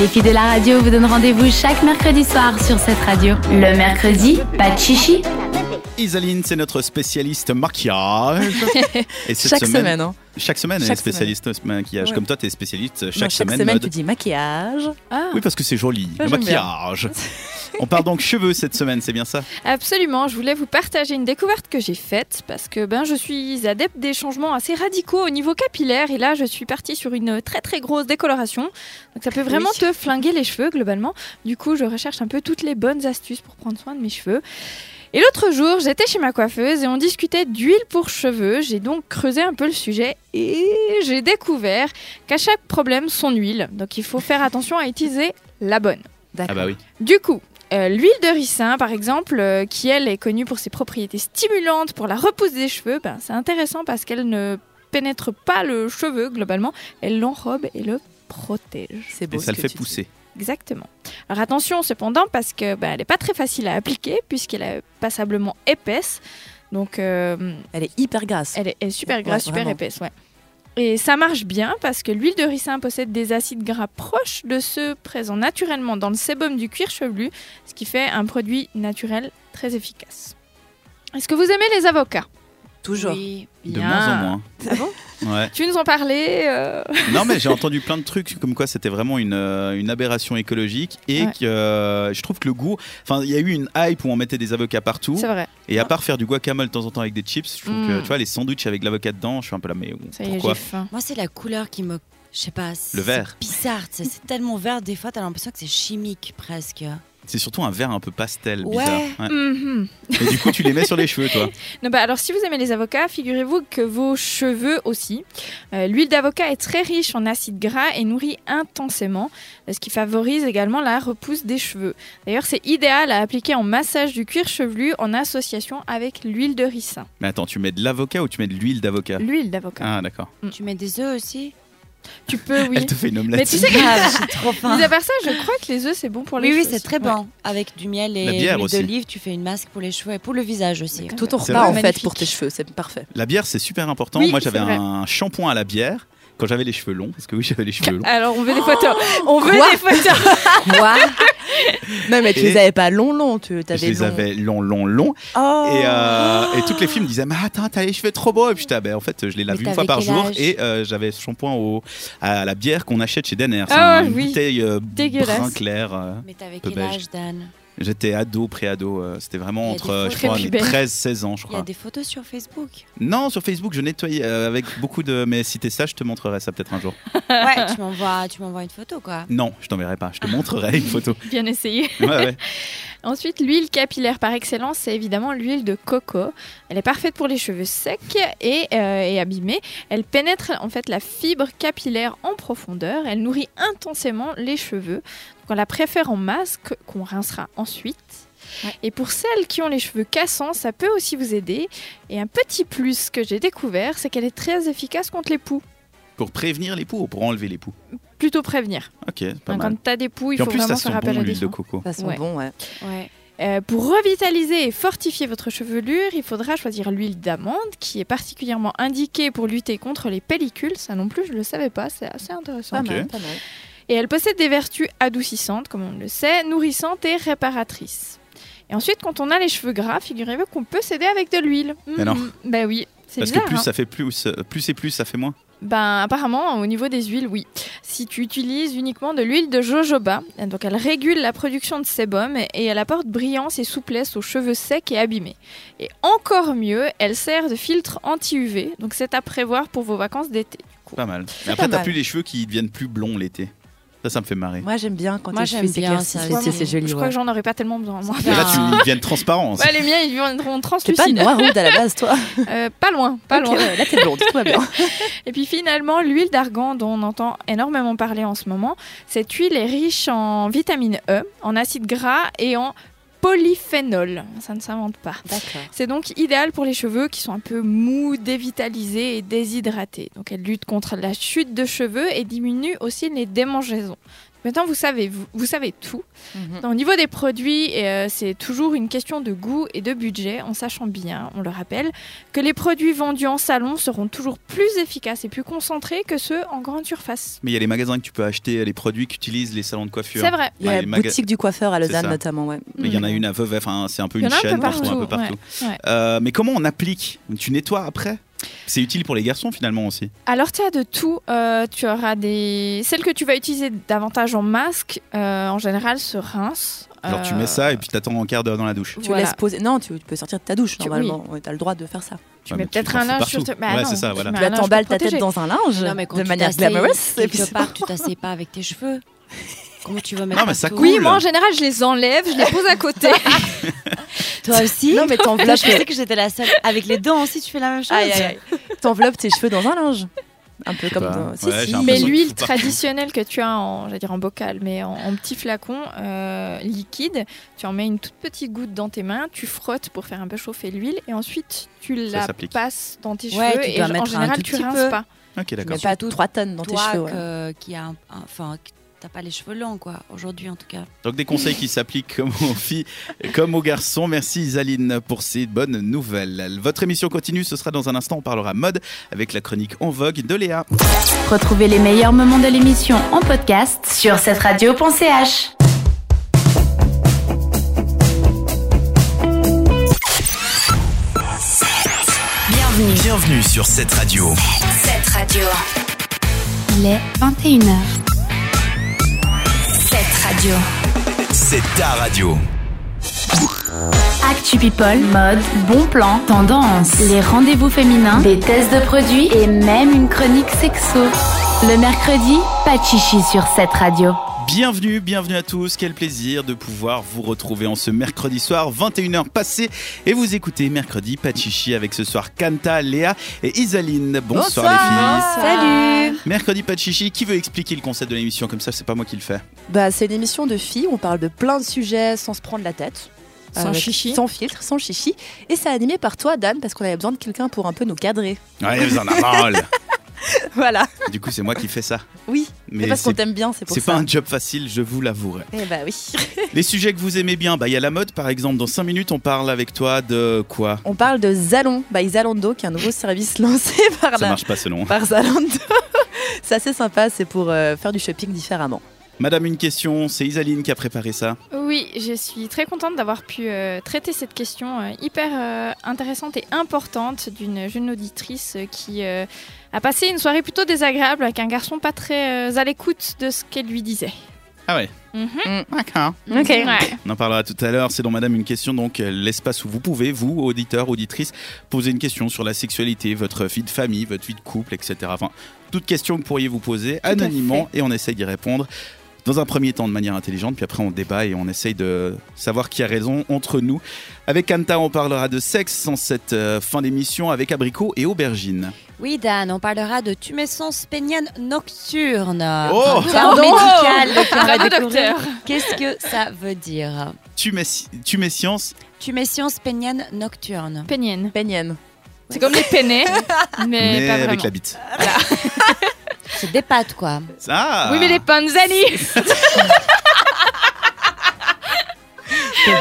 S1: Les filles de la radio vous donnent rendez-vous chaque mercredi soir sur cette radio. Le mercredi, pas de chichi.
S2: Isaline, c'est notre spécialiste maquillage. et cette
S3: Chaque semaine, hein.
S2: Chaque semaine, elle est
S3: Chaque
S2: spécialiste euh, maquillage.
S3: Ouais.
S2: Comme toi, t'es spécialiste euh, chaque
S3: Non,
S2: semaine. mode.
S3: tu dis maquillage.
S5: Ah,
S2: Oui, parce que c'est joli,
S3: Ouais,
S2: le
S3: j'aime bien.
S2: maquillage. On part donc cheveux cette semaine, c'est bien ça
S5: Ah absolument, je voulais vous partager une découverte que j'ai faite parce que ben, je suis adepte des changements assez radicaux au niveau capillaire et là je suis partie sur une très très grosse décoloration. Donc ça peut vraiment
S3: Oui.
S5: te flinguer les cheveux globalement. Du coup, je recherche un peu toutes les bonnes astuces pour prendre soin de mes cheveux. Et l'autre jour, j'étais chez ma coiffeuse et on discutait d'huile pour cheveux. J'ai donc creusé un peu le sujet et j'ai découvert qu'à chaque problème, son huile. Donc il faut faire attention à utiliser la bonne.
S2: Ah
S3: D'accord.
S2: bah oui.
S5: Du coup, euh, l'huile de ricin, par exemple, euh, qui elle est connue pour ses propriétés stimulantes pour la repousse des cheveux, ben, c'est intéressant parce qu'elle ne pénètre pas le cheveu globalement, elle l'enrobe et le protège.
S3: C'est beau.
S2: Et
S3: ce
S2: ça le
S3: que
S2: fait
S3: tu dis.
S2: pousser.
S5: Exactement. Alors attention cependant parce que ben, elle n'est pas très facile à appliquer puisqu'elle est passablement épaisse. Donc euh,
S3: Elle est hyper grasse.
S5: elle est, elle est super
S3: Ouais,
S5: grasse, super
S3: vraiment.
S5: épaisse, ouais. Et ça marche bien parce que l'huile de ricin possède des acides gras proches de ceux présents naturellement dans le sébum du cuir chevelu, ce qui fait un produit naturel très efficace. Est-ce que vous aimez les avocats
S3: Toujours.
S4: Oui.
S2: De
S5: Bien.
S2: moins en moins.
S5: Ah bon
S2: Ouais.
S5: Tu nous en parlais euh,
S2: Non, mais j'ai entendu plein de trucs comme quoi c'était vraiment une, euh, une aberration écologique et
S5: Ouais.
S2: que euh, je trouve que le goût. Enfin, il y a eu une hype où on mettait des avocats partout.
S5: C'est vrai.
S2: Et à part faire du guacamole de temps en temps avec des chips, je trouve que
S5: Mm.
S2: tu vois, les sandwichs avec de l'avocat dedans, je suis un peu là, mais
S5: Ça y est, j'ai
S2: pourquoi
S5: faim.
S4: Moi, c'est la couleur qui me. Je sais pas. c'est-
S2: Le vert.
S4: C'est bizarre. tu sais, C'est tellement vert, des fois, t'as l'impression que c'est chimique presque.
S2: C'est surtout un verre un peu pastel,
S4: Ouais.
S2: bizarre. Ouais.
S5: Mhm.
S2: Et du coup, tu les mets sur les cheveux, toi.
S5: Non, bah, alors, si vous aimez les avocats, figurez-vous que vos cheveux aussi. Euh, L'huile d'avocat est très riche en acides gras et nourrit intensément, euh, ce qui favorise également la repousse des cheveux. D'ailleurs, c'est idéal à appliquer en massage du cuir chevelu en association avec l'huile de ricin.
S2: Mais attends, tu mets de l'avocat ou tu mets de l'huile d'avocat
S5: L'huile d'avocat.
S2: Ah, d'accord.
S4: Tu mets des œufs aussi
S5: Tu peux, oui.
S2: Ah. Elle te fait une omelette.
S5: Mais tu sais que,
S4: Grave, j'ai trop faim.
S5: mis à part ça, je crois que les œufs, c'est bon pour les
S4: Oui, oui,
S5: cheveux.
S4: c'est très bon. Avec du miel
S2: La
S4: et
S2: bière
S4: l'huile
S2: aussi.
S4: d'olive, tu fais une masque pour les cheveux et pour le visage aussi.
S3: Tout ton
S2: C'est
S3: repas, en
S5: vrai.
S3: fait, pour
S5: Magnifique.
S3: tes cheveux. C'est parfait.
S2: La bière, c'est super important.
S5: Oui,
S2: Moi, j'avais
S5: c'est vrai.
S2: un shampoing à la bière quand j'avais les cheveux longs, parce que oui, j'avais les cheveux longs.
S5: Alors, on veut
S4: Oh
S5: des photos. on veut des photos.
S3: Quoi Non, mais tu
S2: Et-
S3: les avais pas long, long. Tu
S2: Je
S3: avais
S2: les avais longs, longs, longs.
S3: Oh
S2: Et, euh, et toutes les filles me disaient Mais attends, t'as les cheveux trop beaux. Et puis j'étais Ah, ben, en fait, je les lave
S4: Mais
S2: une fois
S4: t'avais
S2: par
S4: quel
S2: jour.
S4: âge
S2: Et euh, j'avais ce shampoing au- à la bière qu'on achète chez Denner. C'est
S5: Ah,
S2: une
S5: oui.
S2: bouteille euh,
S5: Dégueulasse.
S2: brun clair. euh.
S4: Mais t'avais
S2: Peu
S4: quel
S2: beige.
S4: âge, Dan
S2: J'étais ado, pré-ado. euh, C'était
S4: Il y
S2: vraiment
S4: a
S2: entre,
S4: des
S2: euh, je
S5: photos
S2: crois,
S5: plus
S2: les
S5: belles.
S2: 13-16 ans, je
S4: Il y a
S2: crois.
S4: des photos sur Facebook.
S2: Non, sur Facebook, je nettoyais euh, avec beaucoup de. Mais si t'es ça, je te montrerai ça peut-être un jour.
S4: Ouais, tu m'envoies, tu m'envoies une photo, quoi.
S2: Non, je t'enverrai pas. Je te montrerai une photo.
S5: Bien essayé.
S2: Ouais, ouais.
S5: Ensuite, l'huile capillaire par excellence, c'est évidemment l'huile de coco. Elle est parfaite pour les cheveux secs et, euh, et abîmés. Elle pénètre en fait la fibre capillaire en profondeur. Elle nourrit intensément les cheveux. Donc, on la préfère en masque qu'on rincera ensuite.
S4: Ouais.
S5: Et pour celles qui ont les cheveux cassants, ça peut aussi vous aider. Et un petit plus que j'ai découvert, c'est qu'elle est très efficace contre les poux.
S2: Pour prévenir les poux ou pour enlever les poux
S5: plutôt prévenir.
S2: Ok, c'est pas
S5: Hein,
S2: mal.
S5: quand t'as des poux, il
S2: Puis en
S5: faut
S2: plus, ça
S5: vraiment
S2: sent
S5: faire
S2: bon
S5: appel à des
S2: l'huile de
S5: soins.
S2: coco.
S3: Ça sent
S5: Ouais.
S3: bon, ouais.
S5: Ouais. Euh, pour revitaliser et fortifier votre chevelure, il faudra choisir l'huile d'amande qui est particulièrement indiquée pour lutter contre les pellicules. Ça non plus, je ne le savais pas, c'est assez intéressant.
S3: Pas
S2: Ok.
S3: mal, pas mal.
S5: Et elle possède des vertus adoucissantes, comme on le sait, nourrissantes et réparatrices. Et ensuite, quand on a les cheveux gras, figurez-vous qu'on peut s'aider avec de l'huile.
S2: Mais non.
S5: Mhm. Ben oui, c'est
S2: Parce
S5: bizarre.
S2: que plus
S5: hein.
S2: ça fait plus, euh, plus et plus ça fait moins.
S5: Ben apparemment au niveau des huiles oui. Si tu utilises uniquement de l'huile de jojoba, donc elle régule la production de sébum et elle apporte brillance et souplesse aux cheveux secs et abîmés. Et encore mieux, elle sert de filtre anti-UV, donc c'est à prévoir pour vos vacances d'été.
S2: Pas mal. Mais après,
S3: pas
S2: t'as
S3: mal.
S2: plus les cheveux qui deviennent plus blonds l'été. Ça, ça me fait marrer.
S3: Moi, j'aime bien quand
S4: Moi,
S3: les
S4: j'aime
S3: cheveux
S4: bien
S3: s'éclaircissent.
S4: ça.
S3: C'est- c'est- C'est joli,
S5: Je crois
S3: ouais.
S5: que j'en aurais pas tellement besoin moi.
S2: Et là, tu
S4: Ah.
S2: ils deviennent transparents.
S5: Ouais, les miens ils viendront
S3: T'es pas
S5: translucides.
S3: noire à la base, toi
S5: Euh, pas loin, pas
S3: Ok,
S5: loin.
S3: ouais, Là, t'es blonde, tout va bien.
S5: Et puis finalement, l'huile d'argan dont on entend énormément parler en ce moment, cette huile est riche en vitamine E, en acides gras et en polyphénol. Ça ne s'invente pas.
S3: D'accord.
S5: C'est donc idéal pour les cheveux qui sont un peu mous, dévitalisés et déshydratés. Donc elle lutte contre la chute de cheveux et diminue aussi les démangeaisons. Maintenant, vous savez, vous, vous savez tout. Au niveau des produits, euh, c'est toujours une question de goût et de budget, en sachant bien, on le rappelle, que les produits vendus en salon seront toujours plus efficaces et plus concentrés que ceux en grande surface.
S2: Mais il y a les magasins que tu peux acheter, les produits qu'utilisent les salons de coiffure.
S5: C'est vrai. Mm.
S3: Il y a
S2: Ouais,
S3: la
S2: les maga-
S3: boutique du coiffeur à Lausanne,
S2: ça.
S3: notamment, ouais.
S2: Mais il y en a une à Vevey, enfin, c'est un peu
S5: Il y
S2: une
S5: en a un peu
S2: chaîne, partout, un
S5: partout,
S2: peu partout.
S5: ouais, ouais.
S2: Euh, mais comment on applique Tu nettoies après C'est utile pour les garçons finalement aussi.
S5: Alors tu as de tout, Euh, tu auras des... Celles que tu vas utiliser davantage en masque, euh, en général se rincent.
S2: Alors tu
S5: Euh,
S2: mets ça et puis t'attends un quart d'heure dans la douche.
S3: Tu
S5: voilà.
S3: laisses poser. Non, tu, tu peux sortir de ta douche,
S5: Tu-
S3: normalement. Ouais, T'as le droit de faire ça.
S5: Tu
S2: Ouais, Ah,
S5: mets
S2: mais tu
S5: peut-être
S2: t'en
S5: un
S2: fous
S5: linge
S2: partout.
S5: sur... Bah
S2: Ouais,
S5: non,
S2: c'est ça,
S5: tu
S2: voilà.
S5: mets un
S3: Tu là,
S5: linge pour
S3: t'emballes ta tête
S5: protéger.
S3: dans un linge
S4: Non, mais quand
S3: de
S4: tu
S3: manière
S4: t'assais,
S3: glamorous. Et puis
S4: quelque part, tu t'assais pas avec tes cheveux. Comment tu vas mettre
S2: Non, mais ça
S4: partout
S5: Oui,
S2: Cool.
S5: moi en général je les enlève, je les pose à côté.
S4: Toi aussi
S3: Non, mais
S4: Là,
S3: t'enveloppes
S4: je pensais que j'étais la seule. Avec les dents aussi, tu fais la même chose.
S3: Aïe, aïe, aïe. T'enveloppes tes cheveux dans un linge. Un peu comme
S2: pas.
S3: dans... Si,
S2: Ouais,
S3: si.
S2: j'ai un peu
S5: Mais
S2: Façon,
S5: l'huile
S2: faut pas-
S5: traditionnelle que tu as en, j'allais dire en bocal, mais en, en petit flacon euh, liquide, tu en mets une toute petite goutte dans tes mains, tu frottes pour faire un peu chauffer l'huile et ensuite tu la
S2: s'applique.
S5: passes dans tes
S4: Ouais,
S5: cheveux
S4: tu
S5: et
S4: dois
S5: en
S4: mettre un
S5: général
S4: tout
S5: tu
S4: petit
S5: rinces
S4: peu.
S5: pas.
S2: Ok
S3: Tu mets
S2: d'accord.
S3: pas 3 tonnes dans tes
S4: Toi,
S3: cheveux. ouais.
S4: que- qui a un- un- enfin, que t'as pas les cheveux longs, quoi, aujourd'hui en tout cas.
S2: Donc des conseils qui s'appliquent comme aux filles, comme aux garçons. Merci Isaline pour ces bonnes nouvelles. Votre émission continue, ce sera dans un instant. On parlera mode avec la chronique en vogue de Léa.
S1: Retrouvez les meilleurs moments de l'émission en podcast sur cette radio.ch.
S10: Bienvenue sur cette radio.
S1: Cette radio. Il est 21h. Cette radio.
S10: C'est ta radio.
S1: Actu People, mode, bon plan, tendance, les rendez-vous féminins, des tests de produits et même une chronique sexo. Le mercredi, pas de chichi sur cette radio.
S2: Bienvenue, bienvenue à tous. Quel plaisir de pouvoir vous retrouver en ce mercredi soir, 21h passé. Et vous écoutez mercredi Pachichi avec ce soir Kanta, Léa et Isaline. Bonsoir, les
S3: Ah.
S2: filles.
S5: Salut.
S2: Mercredi Pachichi, qui veut expliquer le concept de l'émission Comme ça, c'est pas moi qui le fais.
S3: Bah, c'est une émission de filles, on parle de plein de sujets sans se prendre la tête.
S5: Sans chichi.
S3: Sans filtre, sans chichi. Et c'est animé par toi, Dan, parce qu'on avait besoin de quelqu'un pour un peu nous cadrer.
S2: Ouais, vous en avez marre, là.
S3: Voilà.
S2: Du coup, c'est moi qui fais ça.
S3: Oui, mais
S2: Mais
S3: parce qu'on
S2: c'est
S3: t'aime bien, c'est pour
S2: c'est pas
S3: ça.
S2: un job facile, je vous l'avouerai.
S3: Eh bah oui.
S2: Les sujets que vous aimez bien, bah il y a la mode par exemple. Dans 5 minutes, on parle avec toi de quoi
S3: On parle de Zalon by Zalando, qui est un nouveau service lancé par,
S2: Ça
S3: la,
S2: marche pas selon.
S3: par Zalando. c'est assez sympa, c'est pour euh, faire du shopping différemment.
S2: Madame, une question. C'est Isaline qui a préparé ça.
S5: Oui, je suis très contente d'avoir pu euh, traiter cette question euh, hyper euh, intéressante et importante d'une jeune auditrice euh, qui euh, a passé une soirée plutôt désagréable avec un garçon pas très euh, à l'écoute de ce qu'elle lui disait.
S2: Ah ouais.
S5: Mhm.
S2: D'accord.
S3: Ok.
S5: Ouais.
S2: On en parlera tout à l'heure. C'est dans Madame une question, donc euh, l'espace où vous pouvez, vous, auditeurs, auditrices, poser une question sur la sexualité, votre vie de famille, votre vie de couple, etc. Enfin, toute question que pourriez vous poser anonymement et on essaye d'y répondre. Dans un premier temps de manière intelligente, puis après on débat et on essaye de savoir qui a raison entre nous. Avec Anta, on parlera de sexe en cette euh, fin d'émission avec abricot et aubergine.
S4: Oui, Dan, on parlera de tumescence pénienne nocturne.
S2: Oh
S4: Un terme
S5: Pardon.
S4: médical qu'on va
S5: Bravo,
S4: découvrir.
S5: docteur.
S4: Qu'est-ce que ça veut dire
S2: Tu mets, tu mets science
S4: Tumescence pénienne nocturne.
S5: Pénienne.
S3: Pénienne. Eh,
S5: C'est comme les peinés, mais,
S2: mais
S5: pas vraiment.
S2: avec la bite.
S11: C'est des pâtes, quoi.
S2: Ah
S5: Oui, mais les panzani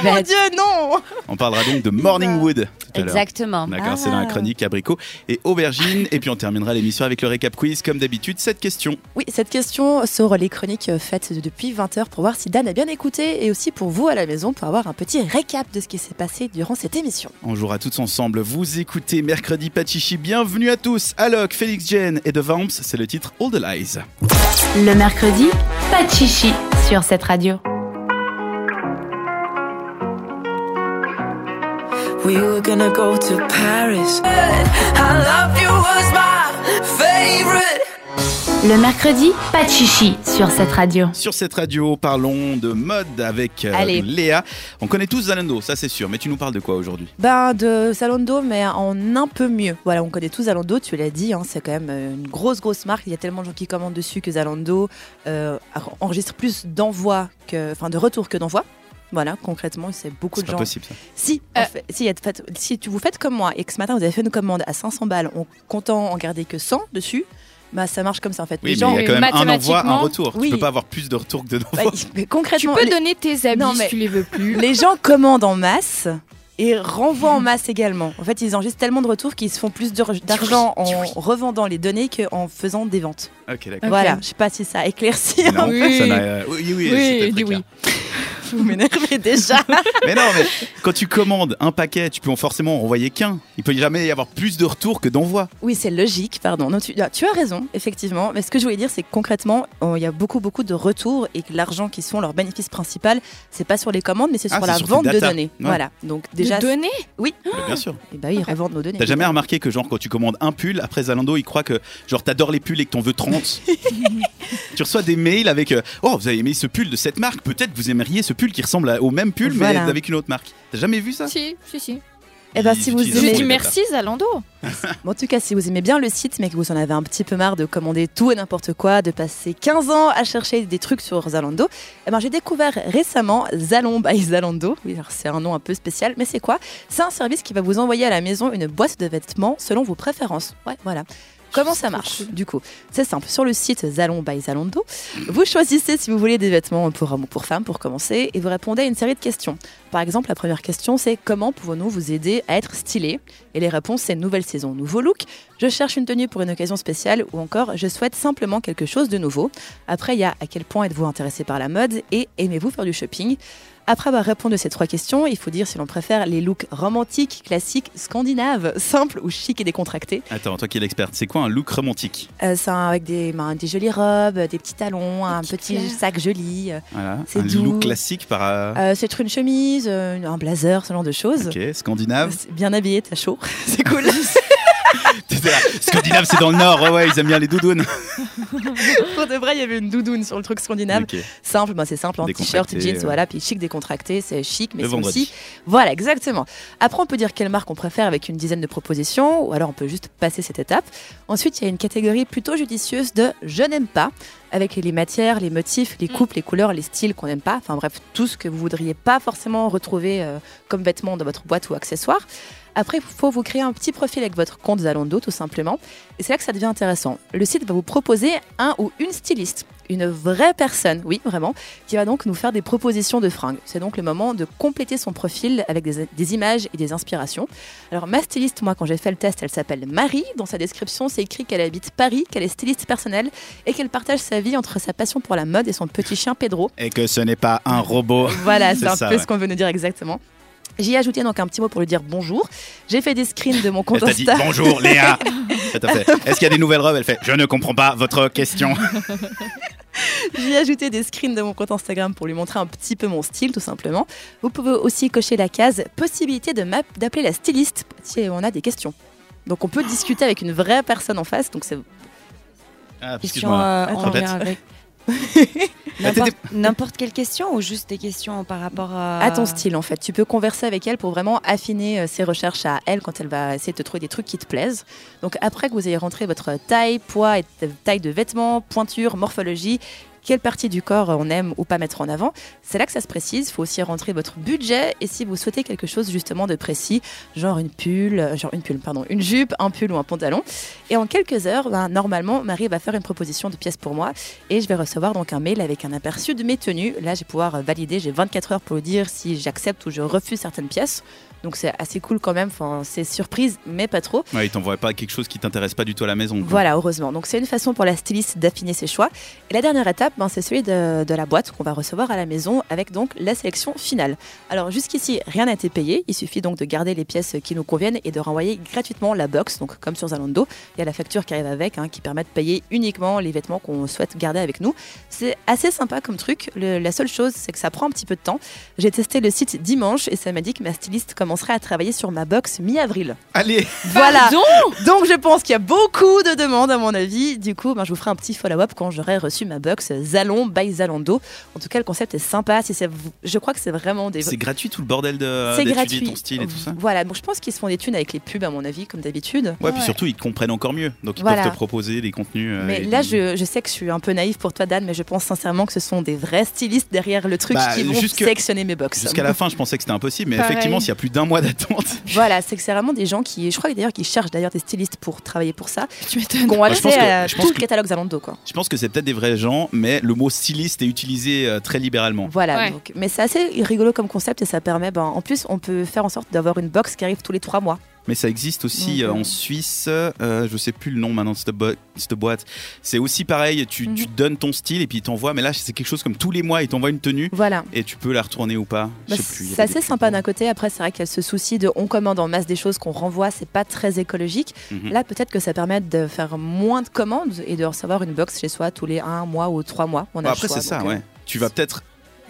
S2: bête.
S5: Dieu, non
S2: On parlera donc de
S3: Bah,
S2: Morningwood tout à l'heure.
S11: Exactement.
S2: D'accord, c'est
S11: Ah.
S2: dans la chronique abricot et aubergine. Et puis on terminera l'émission avec le récap quiz, comme d'habitude, cette question.
S3: Oui, cette question sur les chroniques euh, faites depuis 20h pour voir si Dan a bien écouté et aussi pour vous à la maison pour avoir un petit récap de ce qui s'est passé durant cette émission.
S2: On jouera tous ensemble. Vous écoutez Mercredi Pachichi. Bienvenue à tous. Alok, Félix Jen et The Vamps, c'est le titre All the Lies.
S1: Le mercredi, pas de chichi sur cette radio.
S12: We were gonna go to Paris. I love you was my favorite.
S1: Le mercredi, pas de chichi sur cette radio.
S2: Sur cette radio, parlons de mode avec euh,
S3: Allez.
S2: Léa. On connaît tous Zalando, ça c'est sûr. Mais tu nous parles de quoi aujourd'hui
S3: Ben, de Zalando, mais en un peu mieux. Voilà, on connaît tous Zalando, tu l'as dit, hein, c'est quand même euh, une grosse, grosse marque. Il y a tellement de gens qui commandent dessus que Zalando euh, enregistre plus d'envois, que- enfin de retours que d'envois. Voilà, concrètement, c'est beaucoup
S2: C'est
S3: de
S2: pas
S3: gens.
S2: possible ça.
S3: Si,
S5: Euh.
S3: en fait- si, il y a de fait- si tu vous faites comme moi et que ce matin vous avez fait une commande à 500 balles, en comptant en garder que 100 dessus, bah ça marche comme ça en fait.
S2: Oui,
S3: Les
S2: mais euh,
S3: gens-
S2: il y a quand même un envoi, un retour.
S3: Oui.
S2: Tu peux pas avoir plus de retour que de
S3: Bah,
S2: d'envoi.
S3: mais concrètement,
S5: Tu peux donner tes habits si tu les veux plus.
S3: Les gens commandent en masse et renvoient en masse également. En fait, ils enregistrent tellement de retours qu'ils se font plus d'ar- d'argent en revendant les données qu'en faisant des ventes.
S2: Ok, d'accord.
S3: Voilà, je sais pas si ça éclaircit.
S2: Non,
S3: un
S2: ça
S3: peu.
S2: n'a, euh, oui, oui, c'était très clair.
S3: Vous m'énervez déjà.
S2: hein. Mais non, mais quand tu commandes un paquet, tu peux en forcément en renvoyer qu'un. Il peut jamais y avoir plus de retours que d'envois.
S3: Oui, c'est logique, pardon. Non, tu, ah, tu as raison, effectivement. Mais ce que je voulais dire, c'est que concrètement, oh, il y a beaucoup, beaucoup de retours et que l'argent qui sont leur bénéfice principal, c'est pas sur les commandes, mais c'est
S2: Ah,
S3: sur
S2: c'est
S3: la
S2: sur tes
S3: vente de
S2: data.
S3: données.
S2: Ouais.
S3: Voilà. Donc déjà.
S5: données
S3: Oui.
S2: Bah, bien sûr.
S3: Et bah oui, ils revendent nos données.
S2: T'as jamais remarqué que genre quand tu commandes un pull, après Zalando, ils croient que genre t'adores les pulls et que t'en veux 30. tu reçois des mails avec euh, Oh, vous avez aimé ce pull de cette marque, peut-être vous aimeriez ce pull qui ressemble à- au même pull
S3: Voilà.
S2: mais avec une autre marque. T'as jamais vu ça
S5: Si, si, si.
S3: Eh ben, si vous
S2: utilisent
S3: aimez-
S2: les
S5: Je dis
S2: data.
S5: merci Zalando.
S3: Bon, en tout cas, si vous aimez bien le site, mais que vous en avez un petit peu marre de commander tout et n'importe quoi, de passer 15 ans à chercher des trucs sur Zalando, eh ben, j'ai découvert récemment Zalon by Zalando. Oui, alors c'est un nom un peu spécial, mais c'est quoi C'est un service qui va vous envoyer à la maison une boîte de vêtements selon vos préférences. Ouais, voilà. Comment ça marche Du coup, c'est simple. Sur le site Zalon by Zalando, vous choisissez si vous voulez des vêtements pour hommes ou pour femmes pour commencer et vous répondez à une série de questions. Par exemple, la première question c'est comment pouvons-nous vous aider à être stylé Et les réponses c'est nouvelle saison, nouveau look, je cherche une tenue pour une occasion spéciale ou encore je souhaite simplement quelque chose de nouveau. Après, il y a à quel point êtes-vous intéressé par la mode et aimez-vous faire du shopping après avoir répondu à ces trois questions, il faut dire si l'on préfère les looks romantiques, classiques, scandinaves, simples ou chic et décontractés.
S2: Attends, toi qui es l'experte, c'est quoi un look romantique
S3: Euh, c'est un- avec des, ben, des jolies robes, des petits talons, un petit sac joli. euh,
S2: Voilà,
S3: C'est
S2: un
S3: doux.
S2: look classique par euh,
S3: euh, c'est une chemise, euh, un blazer, ce genre de choses. Euh,
S2: OK, scandinave.
S3: C'est Bien habillé, t'as chaud, c'est cool.
S2: T'étais là, Scandinave, c'est dans le nord. Ouais, ouais, ils aiment bien les doudounes.
S3: Pour de vrai, il y avait une doudoune sur le truc scandinave.
S2: Ok.
S3: Simple, ben, c'est simple, en t-shirt,
S2: Décontracté,
S3: jeans,
S2: euh.
S3: voilà, puis chic décontracté, c'est chic, mais
S2: Le
S3: c'est aussi.
S2: vendredi.
S3: Voilà, exactement. Après, on peut dire quelle marque on préfère avec une dizaine de propositions, ou alors on peut juste passer cette étape. Ensuite, il y a une catégorie plutôt judicieuse de je n'aime pas, avec les matières, les motifs, les coupes, les couleurs, les styles qu'on n'aime pas, enfin bref, tout ce que vous voudriez pas forcément retrouver euh, comme vêtements dans votre boîte ou accessoires. Après, il faut vous créer un petit profil avec votre compte Zalando, tout simplement. Et c'est là que ça devient intéressant. Le site va vous proposer un ou une styliste, une vraie personne, oui, vraiment, qui va donc nous faire des propositions de fringues. C'est donc le moment de compléter son profil avec des, des images et des inspirations. Alors, ma styliste, moi, quand j'ai fait le test, elle s'appelle Marie. Dans sa description, c'est écrit qu'elle habite Paris, qu'elle est styliste personnelle et qu'elle partage sa vie entre sa passion pour la mode et son petit chien Pedro.
S2: Et que ce n'est pas un robot.
S3: Voilà, c'est un
S2: ça,
S3: peu
S2: ouais.
S3: ce qu'on veut nous dire exactement. J'y ai ajouté donc un petit mot pour lui dire bonjour. J'ai fait des screens de mon
S2: Elle
S3: compte
S2: t'a dit
S3: Insta.
S2: bonjour Léa. Elle t'a fait, Est-ce qu'il y a des nouvelles robes Elle fait je ne comprends pas votre question.
S3: J'ai ajouté des screens de mon compte Instagram pour lui montrer un petit peu mon style, tout simplement. Vous pouvez aussi cocher la case possibilité de map- d'appeler la styliste si on a des questions. Donc on peut discuter avec une vraie personne en face. Donc c'est
S2: Ah,
S4: Question euh,
S3: Attends.
S4: en lien
S3: Répète.
S4: avec.
S3: t'étais-
S4: N'importe- N'importe quelle question ou juste des questions par rapport à.
S3: à ton style en fait. Tu peux converser avec elle pour vraiment affiner euh, ses recherches à elle quand elle va essayer de te trouver des trucs qui te plaisent. Donc après que vous ayez rentré votre taille, poids et taille de vêtements, pointure, morphologie, quelle partie du corps euh, on aime ou pas mettre en avant. C'est là que ça se précise. Il faut aussi rentrer votre budget et si vous souhaitez quelque chose justement de précis, genre une pull, euh, genre une pull, pardon, une jupe, un pull ou un pantalon. Et en quelques heures, ben, normalement, Marie va faire une proposition de pièces pour moi et je vais recevoir donc un mail avec un aperçu de mes tenues. Là, je vais pouvoir valider. J'ai 24 heures pour le dire si j'accepte ou je refuse certaines pièces. Donc c'est assez cool quand même. Enfin, c'est surprise, mais pas trop.
S2: Ouais, il t'envoie pas quelque chose qui t'intéresse pas du tout à la maison. quoi.
S3: Voilà, heureusement. Donc c'est une façon pour la styliste d'affiner ses choix. Et la dernière étape, ben, c'est celui de, de la boîte qu'on va recevoir à la maison avec donc la sélection finale. Alors jusqu'ici, rien n'a été payé. Il suffit donc de garder les pièces qui nous conviennent et de renvoyer gratuitement la box. Donc comme sur Zalando, il y a la facture qui arrive avec, hein, qui permet de payer uniquement les vêtements qu'on souhaite garder avec nous. C'est assez sympa comme truc. Le- la seule chose, c'est que ça prend un petit peu de temps. J'ai testé le site dimanche et ça m'a dit que ma styliste commencerait à travailler sur ma box mi-avril.
S2: Allez
S3: Voilà. Donc je pense qu'il y a beaucoup de demandes à mon avis. Du coup, ben, je vous ferai un petit follow-up quand j'aurai reçu ma box Zalon by Zalando. En tout cas, le concept est sympa. Si ça vous- je crois que c'est vraiment des.
S2: C'est gratuit tout le bordel de
S3: C'est
S2: d'étudier
S3: gratuit.
S2: ton style et tout ça.
S3: Voilà, donc je pense qu'ils se font des thunes avec les pubs à mon avis, comme d'habitude.
S2: Ouais, puis surtout ils te comprennent encore mieux, donc ils
S3: Voilà.
S2: peuvent te proposer des contenus. euh,
S3: Mais
S2: et
S3: là,
S2: des-
S3: je, je sais que je suis un peu naïve pour toi, Dan, mais je pense sincèrement que ce sont des vrais stylistes derrière le truc
S2: Bah,
S3: qui vont
S2: jusque-
S3: sélectionner mes box.
S2: Jusqu'à la fin, je pensais que c'était impossible, mais
S3: Pareil.
S2: effectivement, s'il y a plus d'un mois d'attente,
S3: Voilà, c'est que c'est vraiment des gens qui, je crois d'ailleurs, qui cherchent d'ailleurs des stylistes pour travailler pour ça, qui ont
S2: Moi, Bah, je
S3: accès
S2: pense que-
S3: à
S2: je
S3: tout
S2: pense
S3: le
S2: que-
S3: catalogue Zalando, quoi.
S2: je pense que c'est peut-être des vrais gens, mais le mot styliste est utilisé euh, très libéralement.
S3: Voilà, donc- mais c'est assez rigolo comme concept et ça permet, ben, en plus, on peut faire en sorte d'avoir une box qui arrive tous les trois mois.
S2: Mais ça existe aussi euh, en Suisse, euh, je sais plus le nom maintenant de cette, boi- cette boîte. C'est aussi pareil,
S3: Mhm.
S2: tu, tu donnes ton style et puis ils t'envoient, mais là c'est quelque chose comme tous les mois, ils t'envoient une tenue
S3: Voilà.
S2: et tu peux la retourner ou pas.
S3: Bah,
S2: je sais plus. il y
S3: c'est
S2: avait des-
S3: assez sympa d'un côté. Après, c'est vrai qu'elle se soucie de on commande en masse des choses qu'on renvoie, c'est pas très écologique.
S2: Mhm.
S3: Là, peut-être que ça permet de faire moins de commandes et de recevoir une box chez soi tous les un mois ou trois mois. On a
S2: Bah,
S3: le
S2: après,
S3: choix,
S2: c'est ça,
S3: donc, euh,
S2: ouais. Tu vas peut-être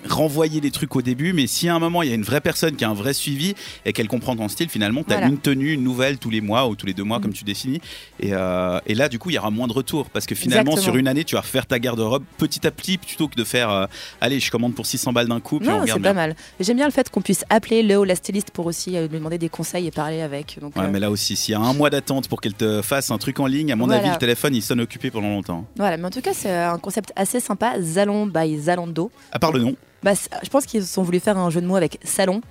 S2: renvoyer les trucs au début, mais si à un moment il y a une vraie personne qui a un vrai suivi et qu'elle comprend ton style, finalement, tu as
S3: Voilà. Mm.
S2: une tenue une nouvelle tous les mois ou tous les deux mois, comme tu définis. Et, euh, et là, du coup, il y aura moins de retour parce que finalement,
S3: Exactement.
S2: sur une année, tu vas refaire ta garde-robe petit à petit plutôt que de faire euh, Allez, je commande pour 600 balles d'un coup. puis on
S3: Non,
S2: regarde
S3: c'est pas
S2: bien.
S3: mal. J'aime bien le fait qu'on puisse appeler le ou la styliste pour aussi euh, lui demander des conseils et parler avec. Donc,
S2: Ouais,
S3: euh,
S2: mais là aussi, s'il y a un mois d'attente pour qu'elle te fasse un truc en ligne, à mon
S3: Voilà.
S2: avis, le téléphone, il sonne occupé pendant longtemps.
S3: Voilà, mais en tout cas, c'est un concept assez sympa. Zalon by Zalando.
S2: À part le nom.
S3: Bah, c'est- je pense qu'ils ont voulu faire un jeu de mots avec salon.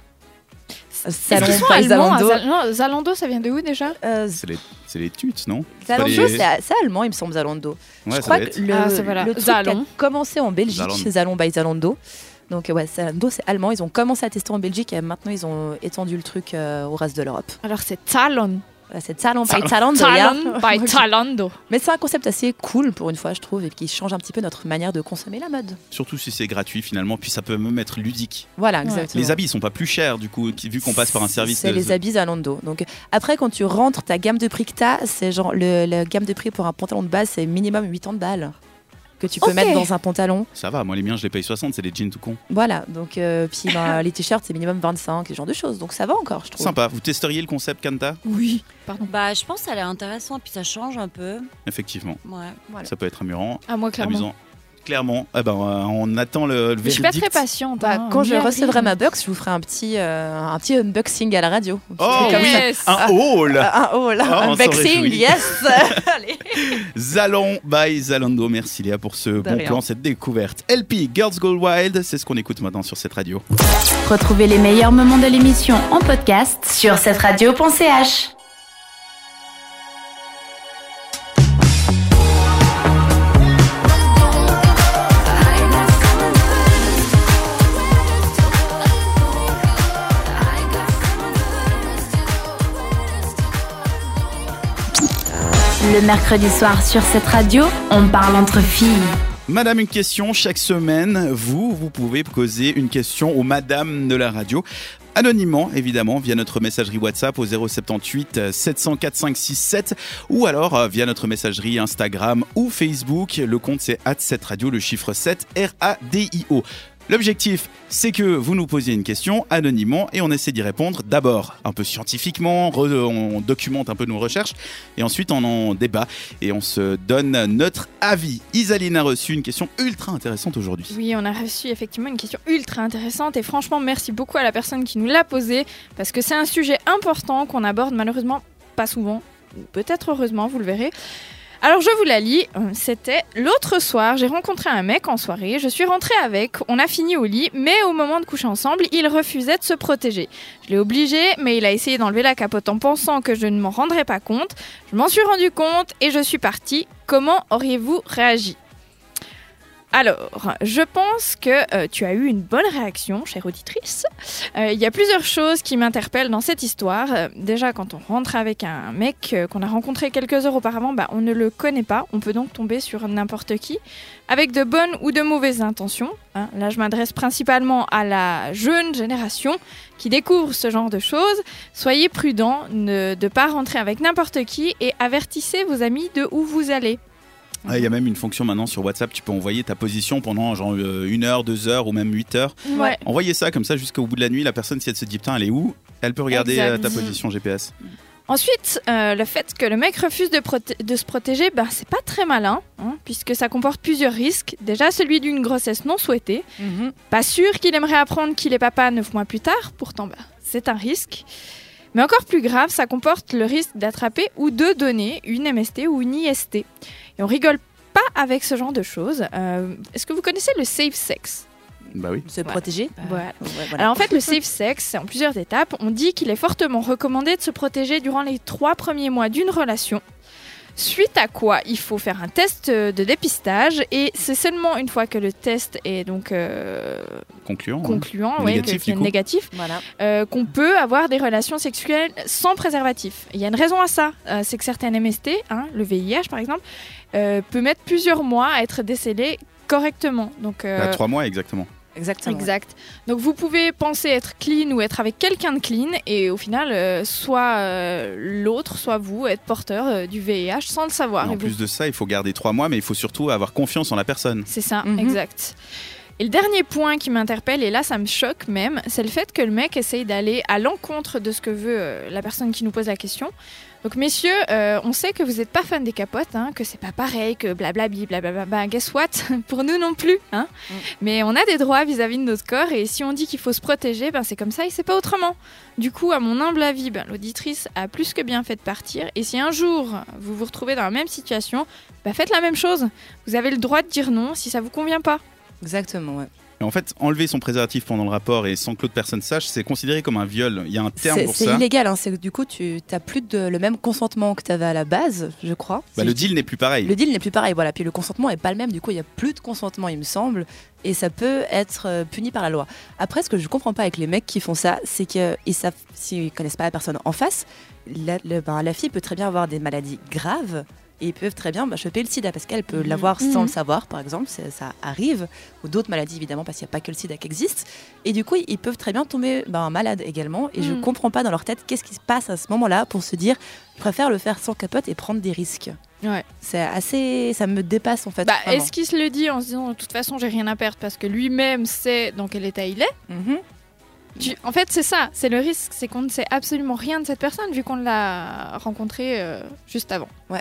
S3: Euh, Salon
S5: Ils sont
S3: by
S5: allemands, à
S3: Zalando. Euh,
S5: Zal- non, Zalando, ça vient de où déjà
S2: C'est les, c'est les tutes, non C'est pas
S3: Zalando,
S2: les-
S3: c'est c'est allemand, il me semble, Zalando.
S2: Ouais,
S3: je
S2: ça
S3: crois
S2: doit
S3: que
S2: être.
S3: le,
S5: Ah, c'est voilà.
S3: le truc
S5: Zalon.
S3: a commencé en Belgique,
S2: Zalon.
S3: chez Zalon by Zalando. Donc euh, ouais, Zalando c'est allemand, ils ont commencé à tester en Belgique et maintenant ils ont étendu le truc euh, au reste de l'Europe.
S5: Alors c'est Talon.
S3: C'est Zalon by
S5: Talon
S3: Zalando. yeah.
S5: by Talando.
S3: Mais c'est un concept assez cool pour une fois, je trouve, et qui change un petit peu notre manière de consommer la mode.
S2: Surtout si c'est gratuit finalement, puis ça peut même être ludique.
S3: Voilà, exactement.
S2: Les habits ils sont pas plus chers du coup, qui- vu qu'on passe par un service.
S3: C'est
S2: de-
S3: les habits Zalando. Donc après, quand tu rentres ta gamme de prix que t'as, c'est genre le, la gamme de prix pour un pantalon de base, c'est minimum 80 balles que tu peux
S5: Ok.
S3: mettre dans un pantalon.
S2: Ça va, moi les miens je les paye 60, c'est des jeans tout con.
S3: Voilà, donc euh, puis ben, les t-shirts c'est minimum 25, ce genre de choses, donc ça va encore, je trouve.
S2: Sympa, vous testeriez le concept Kanta
S5: Oui.
S4: Bah, je pense que ça a l'air intéressant, puis ça change un peu.
S2: Effectivement.
S4: Ouais.
S5: Voilà.
S2: Ça peut être amurant,
S5: Ah, moi, clairement.
S2: amusant. Clairement, Eh ben, euh, on attend le, le
S5: Je suis pas
S2: verdict.
S5: très patiente.
S3: Bah,
S5: hein,
S3: quand je
S5: mi-avril.
S3: recevrai ma box, je vous ferai un petit, euh, un petit unboxing à la radio.
S2: Oh
S5: Comme
S2: oui,
S5: ça. Ah.
S2: un haul
S3: euh, Un haul,
S2: Ah, on
S3: un
S2: s'en
S3: unboxing,
S2: réjouit.
S3: yes
S2: Zalon by Zalando, merci Léa pour ce bon
S1: rien.
S2: plan, cette découverte. LP, Girls Go Wild, c'est ce qu'on écoute maintenant sur cette radio.
S1: Retrouvez les meilleurs moments de l'émission en podcast sur cette radio.ch. Le mercredi soir sur cette radio, on parle entre filles.
S2: Madame, une question chaque semaine. Vous, vous pouvez poser une question aux madames de la radio. Anonymement, évidemment, via notre messagerie WhatsApp au 078 700 4567 ou alors euh, via notre messagerie Instagram ou Facebook. Le compte c'est at 7 radio, le chiffre 7 R-A-D-I-O. L'objectif, c'est que vous nous posiez une question anonymement et on essaie d'y répondre d'abord un peu scientifiquement, re- on documente un peu nos recherches et ensuite on en débat et on se donne notre avis. Isaline a reçu une question ultra intéressante aujourd'hui.
S5: Oui, on a reçu effectivement une question ultra intéressante et franchement, merci beaucoup à la personne qui nous l'a posée parce que c'est un sujet important qu'on aborde malheureusement pas souvent, peut-être heureusement, vous le verrez. Alors je vous la lis, Euh, c'était l'autre soir, j'ai rencontré un mec en soirée, je suis rentrée avec, on a fini au lit, mais au moment de coucher ensemble, il refusait de se protéger. Je l'ai obligé, mais il a essayé d'enlever la capote en pensant que je ne m'en rendrais pas compte. Je m'en suis rendu compte et je suis partie. Comment auriez-vous réagi alors, je pense que euh, tu as eu une bonne réaction, chère auditrice. Euh, Il y a plusieurs choses qui m'interpellent dans cette histoire. Euh, déjà, quand on rentre avec un mec euh, qu'on a rencontré quelques heures auparavant, bah, on ne le connaît pas. On peut donc tomber sur n'importe qui, avec de bonnes ou de mauvaises intentions. hein. Là, je m'adresse principalement à la jeune génération qui découvre ce genre de choses. Soyez prudents ne, de pas rentrer avec n'importe qui et avertissez vos amis de où vous allez.
S2: Ah, Il y a même une fonction maintenant sur WhatsApp, tu peux envoyer ta position pendant genre euh, une heure, deux heures ou même huit heures.
S5: Ouais.
S2: Envoyez ça comme ça jusqu'au bout de la nuit. La personne, si elle se dit putain, elle est où Elle peut regarder
S5: Exact.
S2: euh, ta
S5: Mm.
S2: position GPS.
S5: Ensuite, euh, le fait que le mec refuse de, proté- de se protéger, ben, c'est pas très malin, hein, puisque ça comporte plusieurs risques. Déjà, celui d'une grossesse non souhaitée. Pas sûr qu'il aimerait apprendre qu'il est papa neuf mois plus tard, pourtant, ben, c'est un risque. Mais encore plus grave, ça comporte le risque d'attraper ou de donner une MST ou une IST. Et on rigole pas avec ce genre de choses. Euh, Est-ce que vous connaissez le safe sex
S2: Bah oui.
S3: Se protéger
S5: voilà.
S3: voilà.
S5: Alors en fait, le safe sex, c'est en plusieurs étapes. On dit qu'il est fortement recommandé de se protéger durant les trois premiers mois d'une relation. Suite à quoi, il faut faire un test euh, de dépistage et c'est seulement une fois que le test est donc euh,
S2: Concluant. hein.
S5: concluant,
S2: Ou
S5: ouais,
S2: négatif,
S5: que c'est
S2: du coup.
S5: négatif, euh, qu'on peut avoir des relations sexuelles sans préservatif. Il y a une raison à ça, euh, c'est que certaines MST, hein, le VIH par exemple, euh, peut mettre plusieurs mois à être décelé correctement. Donc euh,
S2: À Bah, trois mois exactement.
S3: Exactement.
S5: Exact. Donc vous pouvez penser être clean ou être avec quelqu'un de clean et au final, euh, soit euh, l'autre, soit vous, être porteur euh, du VIH sans le savoir.
S2: Et
S5: Et
S2: en
S5: vous-
S2: plus de ça, il faut garder trois mois, mais il faut surtout avoir confiance en la personne.
S5: C'est ça, exact. Et le dernier point qui m'interpelle, et là ça me choque même, c'est le fait que le mec essaye d'aller à l'encontre de ce que veut euh, la personne qui nous pose la question. Donc messieurs, euh, on sait que vous n'êtes pas fan des capotes, hein, que c'est pas pareil, que blablabli, blablabla, ben, guess what Pour nous non plus. hein. Mais on a des droits vis-à-vis de notre corps, et si on dit qu'il faut se protéger, ben, c'est comme ça et c'est pas autrement. Du coup, à mon humble avis, ben, l'auditrice a plus que bien fait de partir, et si un jour vous vous retrouvez dans la même situation, ben, faites la même chose. Vous avez le droit de dire non si ça vous convient pas.
S3: Exactement, ouais.
S2: Et en fait, enlever son préservatif pendant le rapport et sans que l'autre personne sache, c'est considéré comme un viol. Il y a un terme
S3: C'est
S2: pour
S3: c'est
S2: ça.
S3: illégal, hein, c'est du coup tu t'as plus de, le même consentement que tu avais à la base, je crois.
S2: Bah,
S3: Si
S2: le
S3: je-
S2: deal n'est plus pareil.
S3: Le deal n'est plus pareil, voilà. Puis le consentement est pas le même, du coup il y a plus de consentement, il me semble, et ça peut être euh, puni par la loi. Après, ce que je comprends pas avec les mecs qui font ça, c'est que ils savent s'ils connaissent pas la personne en face, la, le- ben, la fille peut très bien avoir des maladies graves. Et ils peuvent très bien bah, choper le sida parce qu'elle peut
S9: Mhm.
S3: l'avoir sans
S9: Mhm.
S3: le savoir, par exemple, ça, ça arrive, ou d'autres maladies évidemment, parce qu'il n'y a pas que le sida qui existe. Et du coup, ils peuvent très bien tomber ben, malades également. Et je
S9: Mhm.
S3: comprends pas dans leur tête qu'est-ce qui se passe à ce moment-là pour se dire, je préfère le faire sans capote et prendre des risques.
S5: Ouais.
S3: C'est assez. Ça me dépasse en fait.
S5: Bah,
S3: vraiment.
S5: est-ce qu'il se le dit en se disant de toute façon j'ai rien à perdre parce que lui-même sait dans quel état il est
S3: Mhm.
S5: Tu- En fait c'est ça, c'est le risque, c'est qu'on ne sait absolument rien de cette personne vu qu'on l'a rencontrée euh, juste avant.
S3: Ouais.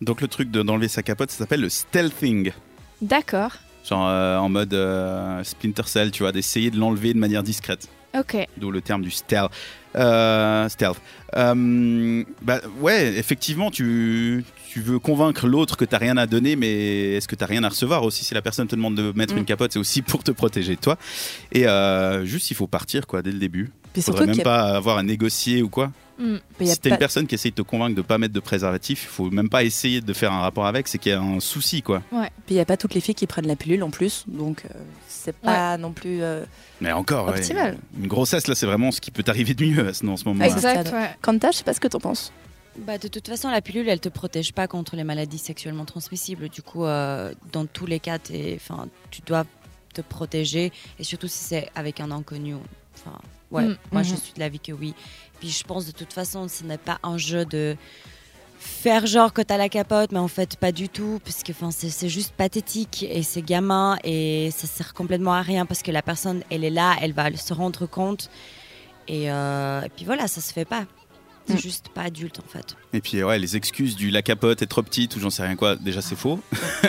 S2: Donc le truc de- d'enlever sa capote, ça s'appelle le stealthing.
S5: D'accord,
S2: Genre euh, en mode euh, Splinter Cell, tu vois, d'essayer de l'enlever de manière discrète.
S5: ok.
S2: D'où le terme du stealth. Euh, stealth. Euh, bah ouais, effectivement, tu, tu veux convaincre l'autre que t'as rien à donner, mais est-ce que t'as rien à recevoir aussi Si la personne te demande de mettre
S3: Mm.
S2: une capote, c'est aussi pour te protéger, toi. Et euh, juste, il faut partir, quoi, dès le début.
S3: Puis surtout
S2: Faudrait même
S3: qu'il y a-
S2: pas avoir à négocier ou quoi.
S3: Mais y a
S2: Si t'es
S3: pas-
S2: une personne qui essaye de te convaincre de pas mettre de préservatif, il faut même pas essayer de faire un rapport avec, c'est qu'il y a un souci, quoi.
S3: Puis il n'y a pas toutes les filles qui prennent la pilule en plus, donc euh, c'est pas non plus. euh,
S2: Mais encore, ouais,
S3: Optimal.
S2: une grossesse, là, c'est vraiment ce qui peut t'arriver de mieux à ce, en ce moment. hein.
S4: Exact, ouais.
S3: Kanta, je sais pas ce que t'en penses.
S4: Bah, de toute façon, la pilule, elle te protège pas contre les maladies sexuellement transmissibles. Du coup, euh, dans tous les cas, t'es- enfin, tu dois te protéger. Et surtout si c'est avec un inconnu. Enfin, ouais,
S9: Mm.
S4: moi, je
S9: Mhm.
S4: suis de l'avis que oui. Puis je pense, de toute façon, ce n'est pas un jeu de faire genre que t'as la capote, mais en fait, pas du tout. Parce que enfin, c'est c'est juste pathétique. Et c'est gamin. Et ça sert complètement à rien. Parce que la personne, elle est là, elle va se rendre compte. Et, euh, et puis voilà, ça se fait pas. C'est juste pas adulte, en fait.
S2: Et puis, ouais, les excuses du la capote est trop petite ou j'en sais rien quoi, déjà, c'est faux.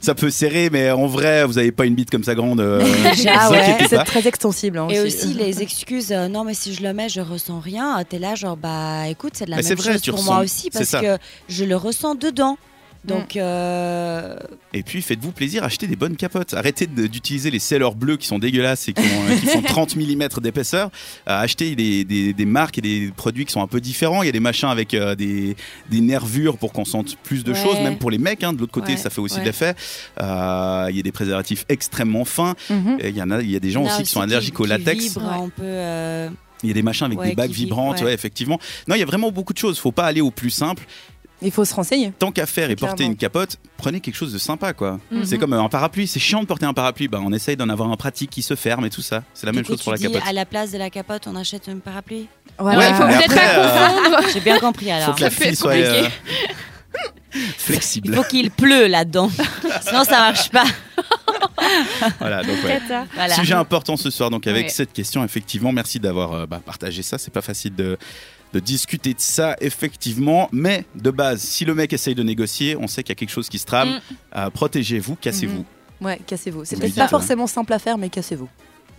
S2: ça peut serrer, mais en vrai, vous avez pas une bite comme ça grande. euh,
S3: Ah
S2: vous inquiétez
S3: c'est
S2: pas.
S3: très extensible. hein,
S4: Et aussi les excuses, euh, non mais si je le mets, je ressens rien. T'es là genre bah écoute, c'est de la
S2: Mais c'est
S4: même
S2: vrai,
S4: chose
S2: tu
S4: pour
S2: ressens-
S4: moi aussi
S2: c'est
S4: parce
S2: ça.
S4: que je le ressens dedans. Donc, euh,
S2: Et puis faites-vous plaisir, achetez des bonnes capotes. Arrêtez de- d'utiliser les sellers bleus qui sont dégueulasses et qui, ont- euh, qui font 30 mm d'épaisseur. Euh, achetez des, des- des marques et des produits qui sont un peu différents. Il y a des machins avec euh, des, des nervures pour qu'on sente plus de
S11: Ouais.
S2: choses, même pour les mecs. hein. De l'autre côté,
S11: Ouais,
S2: ça fait aussi
S11: ouais.
S2: de l'effet. Euh, Il y a des préservatifs extrêmement fins.
S4: Mhm.
S2: Et Il y en a, il y a des gens
S4: il y en a
S2: aussi qui sont
S4: qui-
S2: allergiques au
S4: qui
S2: latex.
S4: vibrent un peu, euh,
S2: Il y a des machins avec
S4: Ouais,
S2: des bagues
S4: qui vibrent,
S2: vibrantes,
S4: ouais.
S2: ouais, effectivement. Non, il y a vraiment beaucoup de choses. Faut pas aller au plus simple.
S3: Il faut se renseigner.
S2: Tant qu'à faire et porter
S3: Clairement.
S2: une capote, prenez quelque chose de sympa, quoi.
S4: Mhm.
S2: C'est comme euh, un parapluie. C'est chiant de porter un parapluie. Bah, on essaye d'en avoir un pratique qui se ferme et tout ça. C'est la
S4: du
S2: même
S4: coup,
S2: chose pour la
S4: tu dis,
S2: capote.
S4: à la place de la capote, on achète un parapluie.
S2: Ouais, Ouais, faut mais peut-être après, pas euh, confondre.
S4: J'ai bien compris alors.
S2: Faut que la fille soit euh, flexible.
S4: Il faut qu'il pleut là-dedans. Sinon, ça marche pas.
S2: Voilà, donc, ouais.
S5: hein.
S4: Cata. Voilà.
S2: Sujet important ce soir, donc avec
S4: Ouais.
S2: cette question, effectivement, merci d'avoir euh, bah, partagé ça. C'est pas facile de, de discuter de ça, effectivement. Mais de base, si le mec essaye de négocier, on sait qu'il y a quelque chose qui se trame.
S3: Mm.
S2: Euh, Protégez-vous,
S4: Mm-hmm.
S2: cassez-vous.
S3: Ouais, cassez-vous. C'est
S2: Vous
S3: peut-être
S2: dites,
S3: pas
S2: hein.
S3: forcément simple à faire, mais cassez-vous.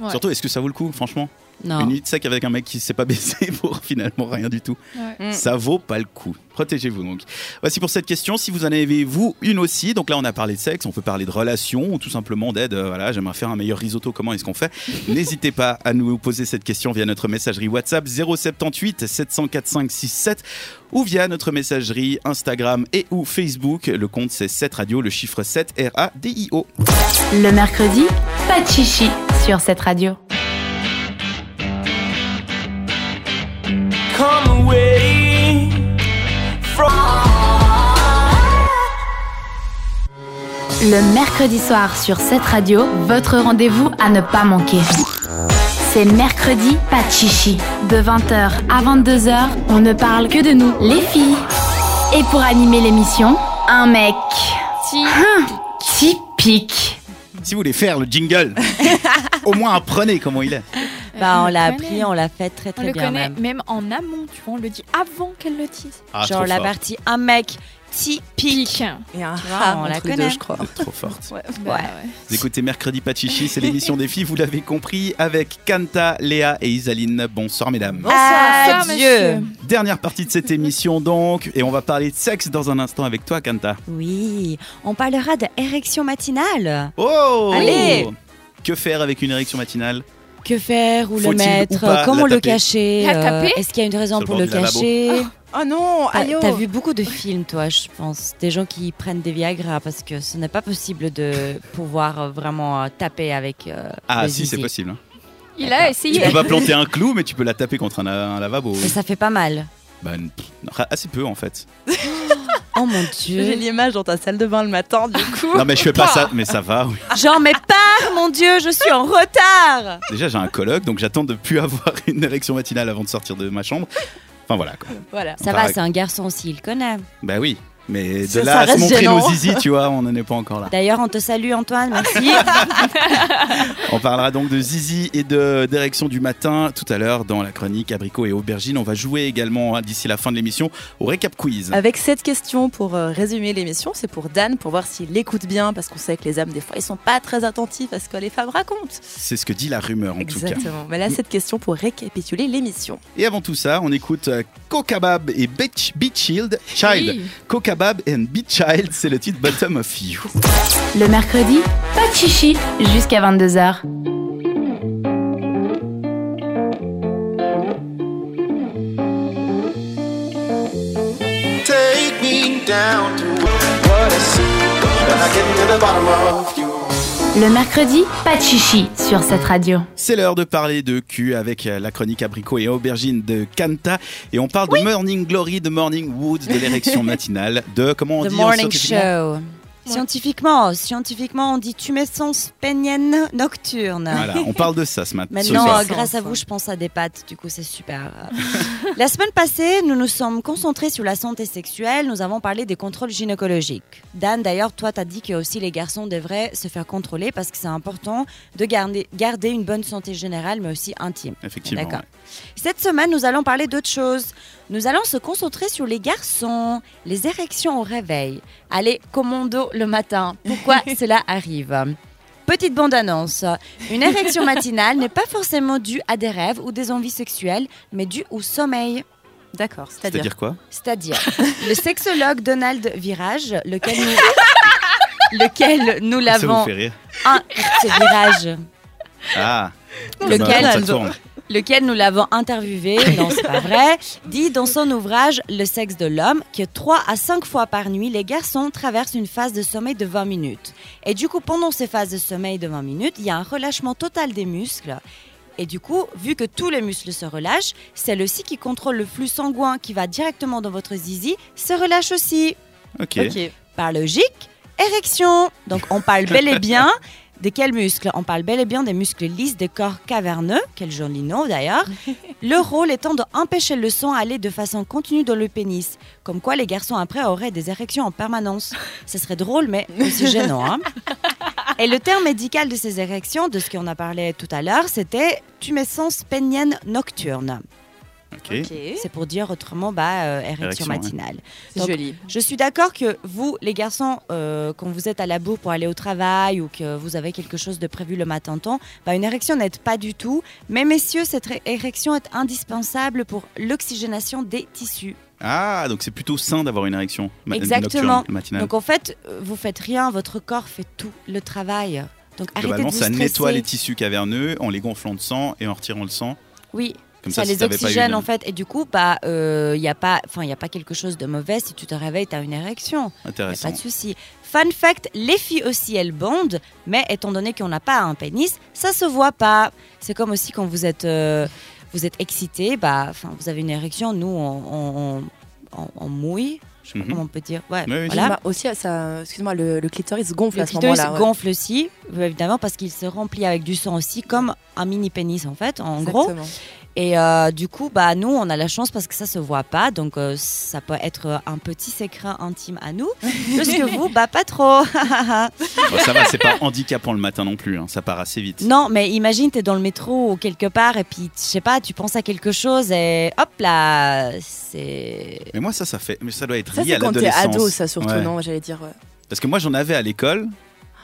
S2: Surtout, est-ce que ça vaut le coup, franchement
S3: Non.
S2: Une nuit de sec avec un mec qui s'est pas baisé pour finalement rien du tout.
S3: Ouais. Mm.
S2: Ça vaut pas le coup. Protégez-vous donc. Voici pour cette question. Si vous en avez vous une aussi, donc là on a parlé de sexe, on peut parler de relations ou tout simplement d'aide. euh, voilà, j'aimerais faire un meilleur risotto. Comment est-ce qu'on fait N'hésitez pas à nous poser cette question via notre messagerie WhatsApp 078 704 567 ou via notre messagerie Instagram et ou Facebook. Le compte c'est 7 radio, le chiffre 7 R A D I O.
S1: Le mercredi, pas de chichi sur cette radio.
S12: Come away from.
S1: Le mercredi soir sur cette radio, votre rendez-vous à ne pas manquer. C'est mercredi, pas de chichi. De 20h à 22h, on ne parle que de nous, les filles. Et pour animer l'émission, un mec. Hum, Typique.
S2: Si vous voulez faire le jingle, au moins apprenez comment il est.
S4: Bah, on l'a
S5: connaît.
S4: appris, on l'a fait très
S5: On
S4: très
S5: le
S4: bien.
S5: connaît
S4: même.
S5: même. en amont, tu vois, on le dit avant qu'elle le dise.
S2: Ah,
S4: Genre
S2: trop
S4: la
S2: fort.
S4: partie un mec typique.
S3: Et un
S4: tu
S3: ha
S4: vois, on la
S3: entre les
S4: connaît.
S3: deux, je crois.
S2: Trop forte.
S5: Bah,
S4: Ouais.
S2: Vous écoutez Mercredi Pas de Chichi, c'est l'émission des filles, vous l'avez compris, avec Kanta, Léa et Isaline. Bonsoir mesdames.
S4: Bonsoir,
S12: Adieu.
S4: monsieur.
S2: Dernière partie de cette émission donc, et on va parler de sexe dans un instant avec toi Kanta.
S4: Oui, on parlera d'érection matinale.
S2: Oh
S4: Allez
S2: Que faire avec une érection matinale
S4: Que faire ou le
S2: Faut-il ou
S4: mettre
S2: pas
S4: Comment
S2: la
S4: le
S2: taper
S4: cacher Euh,
S3: La taper
S4: Est-ce qu'il y a une raison
S2: Sur le
S4: pour
S2: bord
S4: le
S2: du lavabo.
S4: cacher
S3: Oh non,
S4: T'as-
S3: aïe
S4: T'as vu beaucoup de films, toi, je pense. Des gens qui prennent des Viagra parce que ce n'est pas possible de pouvoir euh, vraiment euh, taper avec. euh,
S2: Ah
S4: le
S2: si c'est
S4: zizi.
S2: possible. hein.
S5: Il a
S2: Tu
S5: essayé.
S2: peux pas planter un clou mais tu peux la taper contre un, un lavabo.
S4: Mais ça fait pas mal.
S2: Bah, n- pff, ra- assez peu en fait.
S4: Oh mon
S3: J'ai
S4: dieu.
S3: l'image dans ta salle de bain le matin, du coup.
S2: Non mais je fais pas ça, mais ça va. oui.
S4: Genre, mais pars, mon dieu, je suis en retard
S2: Déjà j'ai un colloque donc j'attends de plus avoir une érection matinale avant de sortir de ma chambre. Enfin voilà quoi.
S3: Voilà.
S4: Ça va, c'est un garçon aussi, il connaît.
S2: Bah oui, mais de
S3: Ça- ça
S2: là à se
S3: reste
S2: montrer
S3: gênant.
S2: nos zizi, tu vois, on n'en est pas encore là.
S4: D'ailleurs, on te salue, Antoine, merci.
S2: On parlera donc de zizi et de d'érection du matin tout à l'heure dans la chronique Abricot et Aubergine. On va jouer également hein, d'ici la fin de l'émission au récap quiz.
S3: Avec cette question pour euh, résumer l'émission, c'est pour Dan, pour voir s'il écoute bien, parce qu'on sait que les hommes, des fois, ils sont pas très attentifs à ce que les femmes racontent.
S2: C'est ce que dit la rumeur en tout cas. Mm.
S3: Exactement. Mais là, cette question pour récapituler l'émission.
S2: Et avant tout ça, on écoute euh, Kokabab et Beach, Beach Shield Child.
S3: Oui.
S2: Kokabab and Beach Child, c'est le titre Bottom of You.
S1: Le mercredi, pas de chichi jusqu'à 22h.
S12: Take me down to what I see when I get to the bottom of you.
S1: Le mercredi, pas de chichi sur cette radio.
S2: C'est l'heure de parler de cul avec euh, la chronique abricot et aubergine de Kanta. Et on parle de Morning Glory, de Morning Woods, de l'érection matinale, de comment on
S4: The
S2: dit en
S4: Morning
S2: scientifiquement
S4: Show. Scientifiquement, scientifiquement, on dit tumescence pénienne nocturne.
S2: Voilà, on parle de ça ce matin.
S4: Maintenant, euh, grâce à vous, je pense à des pâtes, du coup, c'est super. la semaine passée, nous nous sommes concentrés sur la santé sexuelle. Nous avons parlé des contrôles gynécologiques. Dan, d'ailleurs, toi, t'as dit que aussi les garçons devraient se faire contrôler parce que c'est important de garder, garder une bonne santé générale, mais aussi intime.
S2: Effectivement,
S4: euh, D'accord.
S2: ouais.
S4: Cette semaine, nous allons parler d'autre chose. Nous allons se concentrer sur les garçons, les érections au réveil. Allez, commando le matin. Pourquoi cela arrive Petite bande-annonce. Une érection matinale n'est pas forcément due à des rêves ou des envies sexuelles, mais due au sommeil. D'accord,
S2: c'est-à-dire C'est-à-dire quoi
S4: C'est-à-dire le sexologue Donald Virage, lequel nous, lequel nous
S2: Ah, Ça vous
S4: l'avons.
S2: fait rire.
S4: un- C'est Virage.
S2: Ah, comme, euh, ça
S4: Lequel,
S2: tourne.
S4: lequel nous l'avons interviewé, non c'est pas vrai, dit dans son ouvrage Le sexe de l'homme que 3 à 5 fois par nuit, les garçons traversent une phase de sommeil de 20 minutes. Et du coup, pendant ces phases de sommeil de 20 minutes, il y a un relâchement total des muscles. Et du coup, vu que tous les muscles se relâchent, celle-ci qui contrôle le flux sanguin qui va directement dans votre zizi se relâche aussi.
S2: Ok.
S4: Ok. Par logique, érection. Donc on parle bel et bien de quels muscles On parle bel et bien des muscles lisses des corps caverneux, quel joli nom d'ailleurs. Le rôle étant d'empêcher le sang à aller de façon continue dans le pénis. Comme quoi les garçons après auraient des érections en permanence. Ce serait drôle mais aussi gênant. hein. Et le terme médical de ces érections, de ce qu'on a parlé tout à l'heure, c'était tumescence pénienne nocturne. C'est pour dire autrement bah, euh, érection,
S11: Érection, ouais.
S4: matinale.
S11: C'est
S4: Donc,
S11: joli.
S4: Je suis d'accord que vous, les garçons, euh, quand vous êtes à la bourre pour aller au travail ou que vous avez quelque chose de prévu le matin temps, bah, une érection n'aide pas du tout. Mais messieurs, cette ré- érection est indispensable pour l'oxygénation des tissus.
S2: Ah, donc c'est plutôt sain d'avoir une érection ma-
S4: Exactement.
S2: nocturne, matinale.
S4: Donc en fait, euh, vous faites rien, votre corps fait tout le travail. Donc arrêtez de
S2: Globalement,
S4: vous
S2: ça nettoie
S4: stresser.
S2: les tissus caverneux en les gonflant de sang et en retirant le sang.
S4: Oui.
S2: Comme
S4: ça,
S2: ça, si
S4: les
S2: t'avais pas eu
S4: oxygène
S2: de-
S4: en fait et du coup bah euh, y a pas enfin y a pas quelque chose de mauvais si tu te réveilles t'as une érection
S2: Intéressant.
S4: Y a pas de souci fun fact les filles aussi elles bondent mais étant donné qu'on n'a pas un pénis ça se voit pas c'est comme aussi quand vous êtes euh, vous êtes excité bah enfin vous avez une érection nous on, on, on- on mouille je sais pas
S3: Mhm.
S4: comment on peut dire ouais
S3: Voilà.
S4: voilà
S3: aussi, ça, excuse-moi, le, le clitoris gonfle
S4: le
S3: Bah, à ce moment-là.
S4: clitoris gonfle aussi, euh, évidemment, parce qu'il se remplit avec du sang aussi, comme un mini pénis en fait, en gros.
S3: Exactement.
S4: Et euh, du coup, bah nous, on a la chance parce que ça se voit pas, donc euh, ça peut être un petit secret intime à nous, parce que vous, bah pas trop.
S2: Bon, ça va, c'est pas handicapant le matin non plus, hein, ça part assez vite.
S4: Non, mais imagine, t'es dans le métro ou quelque part, et puis, je sais pas, tu penses à quelque chose, et hop là, c'est.
S2: Mais moi, ça, ça fait. Mais ça doit être
S3: Ça,
S2: lié
S3: c'est
S2: à
S3: quand t'es
S2: l'adolescence.
S3: ado, ça, surtout,
S2: Ouais.
S3: non J'allais dire, ouais.
S2: Parce que moi, j'en avais à l'école. Bah,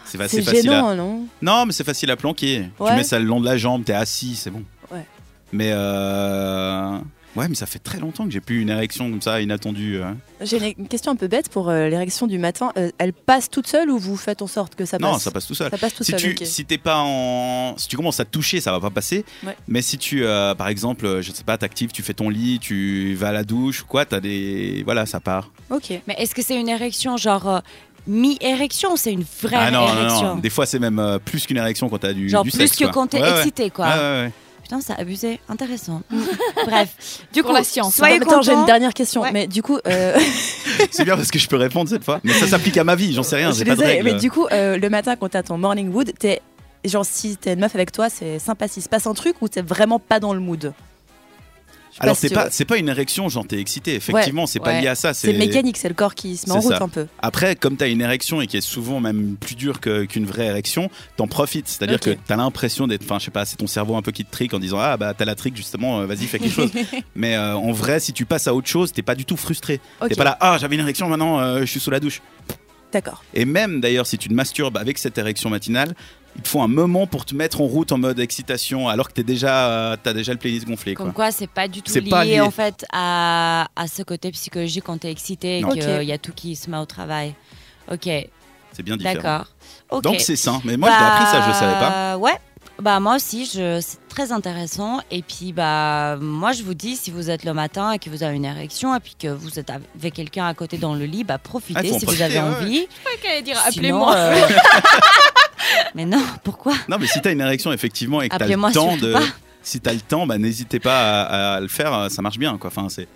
S2: C'est
S3: C'est
S2: assez facile. hein.
S3: gênant,
S2: à...
S3: non
S2: Non, mais c'est facile à planquer.
S3: Ouais.
S2: Tu mets ça le long de la jambe, t'es assis, c'est bon.
S3: Ouais.
S2: Mais euh... ouais, mais ça fait très longtemps que j'ai plus une érection comme ça inattendue. hein.
S3: J'ai une- une question un peu bête pour euh, l'érection du matin. Euh, elle passe toute seule ou vous faites en sorte que ça passe
S2: non, ça passe tout seul.
S3: Ça passe tout
S2: si
S3: seul,
S2: tu,
S3: ok.
S2: si t'es pas en, si tu commences à te toucher, ça va pas passer.
S3: Ouais.
S2: Mais si tu, euh, par exemple, euh, je sais pas, t'actives, tu fais ton lit, tu vas à la douche, ou quoi, t'as des, voilà, ça part.
S4: Ok. Mais est-ce que c'est une érection genre euh, mi-érection ou c'est une vraie
S2: ah non, non,
S4: érection
S2: non, des fois c'est même euh, plus qu'une érection quand t'as du,
S4: Genre
S2: du
S4: plus
S2: sexe,
S4: que
S2: quoi.
S4: quand t'es
S2: Ouais, ouais.
S4: excité, quoi.
S2: Ouais, ouais, ouais.
S4: Putain, ça abusé, intéressant. Bref, du
S3: Pour
S4: coup,
S3: la science.
S4: soyez
S3: Attends, j'ai
S4: contents.
S3: une dernière question. Mais du coup, euh,
S2: C'est bien parce que je peux répondre cette fois. Mais ça s'applique à ma vie, j'en sais rien,
S3: je
S2: j'ai Eh,
S3: suis
S2: pas de
S3: désolée,
S2: règles.
S3: mais du coup, euh, le matin quand t'as ton morning wood, t'es genre si t'es une meuf avec toi, c'est sympa s'il se passe un truc ou t'es vraiment pas dans le mood. Je sais
S2: Alors
S3: si
S2: c'est
S3: tu
S2: pas
S3: vois.
S2: c'est pas une érection, genre t'es excité. Effectivement,
S3: Ouais,
S2: c'est pas
S3: ouais.
S2: lié à ça.
S3: C'est mécanique, c'est le corps qui se met en
S2: C'est
S3: route
S2: ça.
S3: un peu.
S2: Après, comme t'as une érection et qui est souvent même plus dure que- qu'une vraie érection, t'en profites. C'est-à-dire
S3: Ok.
S2: que t'as l'impression d'être, enfin, je sais pas, c'est ton cerveau un peu qui te trique en disant ah bah t'as la trique justement, euh, vas-y fais quelque chose. Mais euh, en vrai, si tu passes à autre chose, t'es pas du tout frustré.
S3: Ok.
S2: T'es pas là ah j'avais une érection maintenant, euh, je suis sous la douche.
S3: D'accord.
S2: Et même d'ailleurs, si tu te masturbes avec cette érection matinale, il te faut un moment pour te mettre en route en mode excitation, alors que t'es déjà, euh, t'as déjà le playlist gonflé.
S4: Comme
S2: quoi.
S4: quoi, c'est pas du tout
S2: C'est
S4: lié,
S2: pas lié.
S4: en fait à, à ce côté psychologique quand t'es excité et
S2: Non.
S4: qu'il
S2: Ok.
S4: y a tout qui se met au travail. Ok.
S2: C'est bien différent.
S4: D'accord. Ok.
S2: Donc c'est sain. Mais moi, j'ai
S3: Bah,
S2: appris ça, je le savais pas.
S4: Ouais. Bah moi aussi, je... c'est très intéressant. Et puis bah moi, je vous dis, si vous êtes le matin et que vous avez une érection et puis que vous êtes avec quelqu'un à côté dans le lit, bah profitez
S5: Ah, faut en
S4: si vous
S5: profiter,
S4: avez
S5: ouais.
S4: envie.
S5: Je croyais qu'elle allait dire
S4: Sinon,
S5: appelez-moi.
S4: euh, Mais non, pourquoi
S2: Non, mais si t'as une érection effectivement et que t'as
S4: Appelez-moi
S2: le temps
S4: surtout
S2: de,
S4: pas.
S2: si t'as le temps, bah n'hésitez pas à, à le faire, euh, ça marche bien quoi. Enfin, c'est.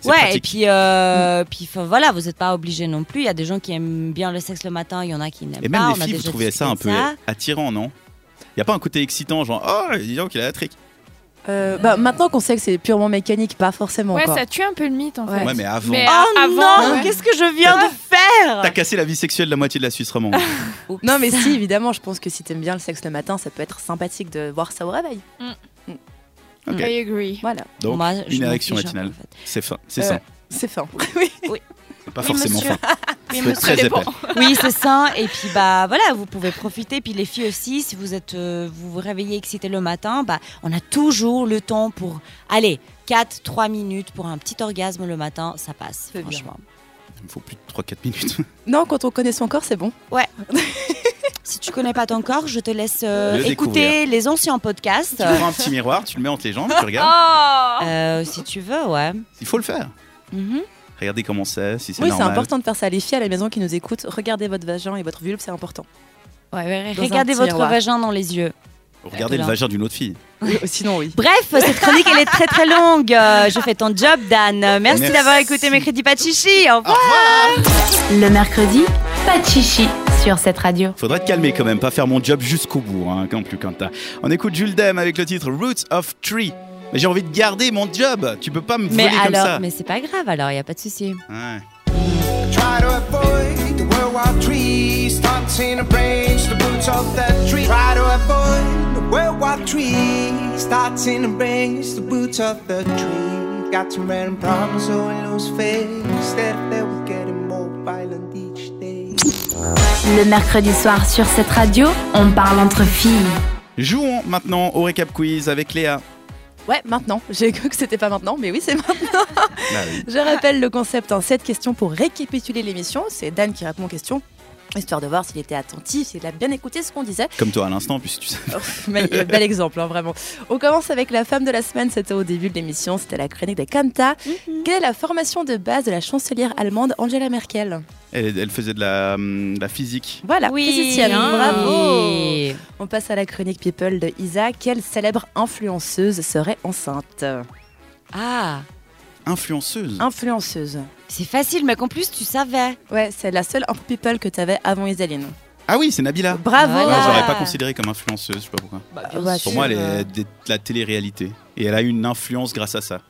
S2: c'est
S4: Ouais, et
S2: pratique.
S4: puis, euh, puis enfin, voilà, vous n'êtes pas obligé non plus. Il y a des gens qui aiment bien le sexe le matin, il y en a qui n'aiment
S2: Et
S4: pas.
S2: même
S4: ah, on
S2: les
S4: a
S2: filles, vous
S4: déjà
S2: trouvez ça un peu
S4: discuté de
S2: attirant, non Y a pas un côté excitant, genre oh, dis donc, il a la trique.
S3: Euh, bah, maintenant qu'on sait que c'est purement mécanique, pas forcément.
S5: Ouais,
S3: quoi.
S5: ça tue un peu le mythe en
S2: Ouais,
S5: fait.
S2: mais avant.
S5: Ah,
S3: Oh non,
S4: qu'est-ce que je viens de faire
S2: T'as cassé la vie sexuelle de la moitié de la Suisse romande.
S3: Non, mais si, évidemment, je pense que si t'aimes bien le sexe le matin, ça peut être sympathique de voir ça au réveil.
S2: Ok.
S5: I agree.
S3: Voilà.
S2: Donc
S4: Moi, je
S2: une
S4: m'en
S2: érection
S4: fiche un peu,
S2: matinale, c'est fin, c'est
S3: Euh,
S2: ça.
S3: C'est fin.
S2: C'est pas forcément
S4: monsieur.
S5: Bah,
S2: fin. Faut être très épais.
S4: Oui, c'est ça. Et puis bah voilà, vous pouvez profiter. Puis les filles aussi, si vous êtes, euh, vous vous réveillez excité le matin, bah on a toujours le temps pour allez 4-3 minutes pour un petit orgasme le matin, ça passe.
S3: C'est bien.
S4: Franchement.
S2: Il me faut plus de 3-4 minutes.
S3: Non, quand on connaît son corps, c'est bon.
S4: Ouais. si tu connais pas ton corps, je te laisse euh,
S2: Le
S4: écouter
S2: découvrir.
S4: les anciens podcasts.
S2: Tu prends un petit miroir, tu le mets entre les jambes, tu
S4: Ah.
S2: regardes. Ah,
S5: Ah,
S4: Euh, si tu veux, ouais.
S2: Il faut le faire.
S4: Mhm.
S2: Regardez comment c'est, si c'est
S3: Oui, c'est
S2: normal.
S3: important de faire ça. Les filles à la maison qui nous écoutent, regardez votre vagin et votre vulve, c'est important.
S4: Ouais, ouais,
S3: Dans un
S4: Regardez
S3: petit
S4: votre
S3: miroir.
S4: vagin dans les yeux.
S2: Regardez
S4: Là.
S2: le vagin d'une autre fille.
S3: Sinon, oui.
S4: Bref, cette chronique, elle est très très longue. Euh, Je fais ton job, Dan. Merci,
S1: Merci.
S4: d'avoir écouté mes crédits pas de chichi. Au
S2: Ah,
S4: revoir.
S1: Le mercredi, pas de chichi sur cette radio.
S2: Faudrait te calmer quand même, pas faire mon job jusqu'au bout, hein, non plus, Quentin. On écoute Jules Dem avec le titre Roots of Tree. Mais j'ai envie de garder mon job, tu peux pas me voler
S4: Mais
S2: comme
S4: alors,
S2: ça.
S4: mais c'est pas grave, alors, il n'y a pas de souci.
S2: Ouais.
S11: Try to avoid the worldwide trees, starting to branch the roots of that tree. Try to avoid the worldwide trees, starting to branch the roots of the tree. Got some random problems, so I lose faith. Instead of that, we're getting more violent.
S1: Le mercredi soir sur cette radio, on parle entre filles.
S2: Jouons maintenant au récap quiz avec Léa.
S3: Ouais, maintenant. J'ai cru que c'était pas maintenant, mais oui, c'est maintenant.
S2: Bah oui.
S3: Je rappelle le concept en 7 questions pour récapituler l'émission. C'est Dan qui répond aux questions, histoire de voir s'il était attentif, s'il a bien écouté ce qu'on disait.
S2: Comme toi à l'instant, puisque tu sais.
S3: Mais, euh, bel exemple, hein, vraiment. On commence avec la femme de la semaine. C'était au début de l'émission, c'était la chronique de Kanta. Quelle est la formation de base de la chancelière allemande Angela Merkel
S2: Elle, elle faisait de la, hum, de la physique.
S3: Voilà,
S4: Oui.
S3: physicienne,
S4: Ah.
S3: bravo On passe à la chronique People de Isa. Quelle célèbre influenceuse serait enceinte
S4: Ah
S2: Influenceuse.
S3: Influenceuse.
S4: C'est facile, mais qu'en plus, tu savais.
S3: Ouais, c'est la seule info People que t'avais avant Isaline.
S2: Ah oui, c'est Nabila.
S3: Bravo.
S2: Ouais,
S3: Voilà.
S2: Je l'aurais Ah, pas considérée comme influenceuse, je sais pas pourquoi.
S4: bien Bah, sûr.
S2: Pour moi, elle
S4: euh,
S2: est de la télé-réalité. Et elle a eu une influence grâce à ça.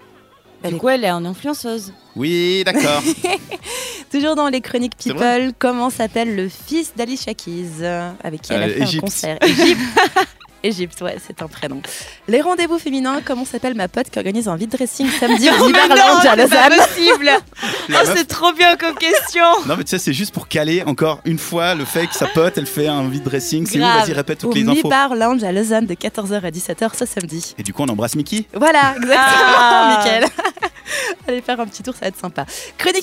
S4: Du coup, elle est en influenceuse.
S2: Oui, d'accord.
S3: Toujours dans les chroniques
S2: C'est vrai
S3: People, comment s'appelle le fils d'Ali Shakiz euh, Avec qui elle a
S2: Euh,
S3: fait
S2: Égypte.
S3: un concert. Égypte. Égypte, ouais, c'est un prénom. Les rendez-vous féminins, comment s'appelle ma pote qui organise un vide-dressing samedi au
S4: Non, mais Oh, non, bah,
S3: Liberland à
S4: c'est pas
S3: Lausanne
S4: possible.
S2: La
S4: Oh,
S2: meuf-
S4: c'est trop bien comme question.
S2: Non mais tu sais c'est juste pour caler encore une fois le fait que sa pote elle fait un vide dressing c'est où
S3: Grave.
S2: vas-y répète
S3: Au
S2: toutes les
S3: Mi
S2: infos
S3: Bar Lounge à Lausanne de 14h à 17h ce samedi.
S2: et du coup on embrasse Mickey
S3: Voilà, exactement,
S4: Ah.
S3: Mickaël. Allez faire un petit tour, ça va être sympa. Chronique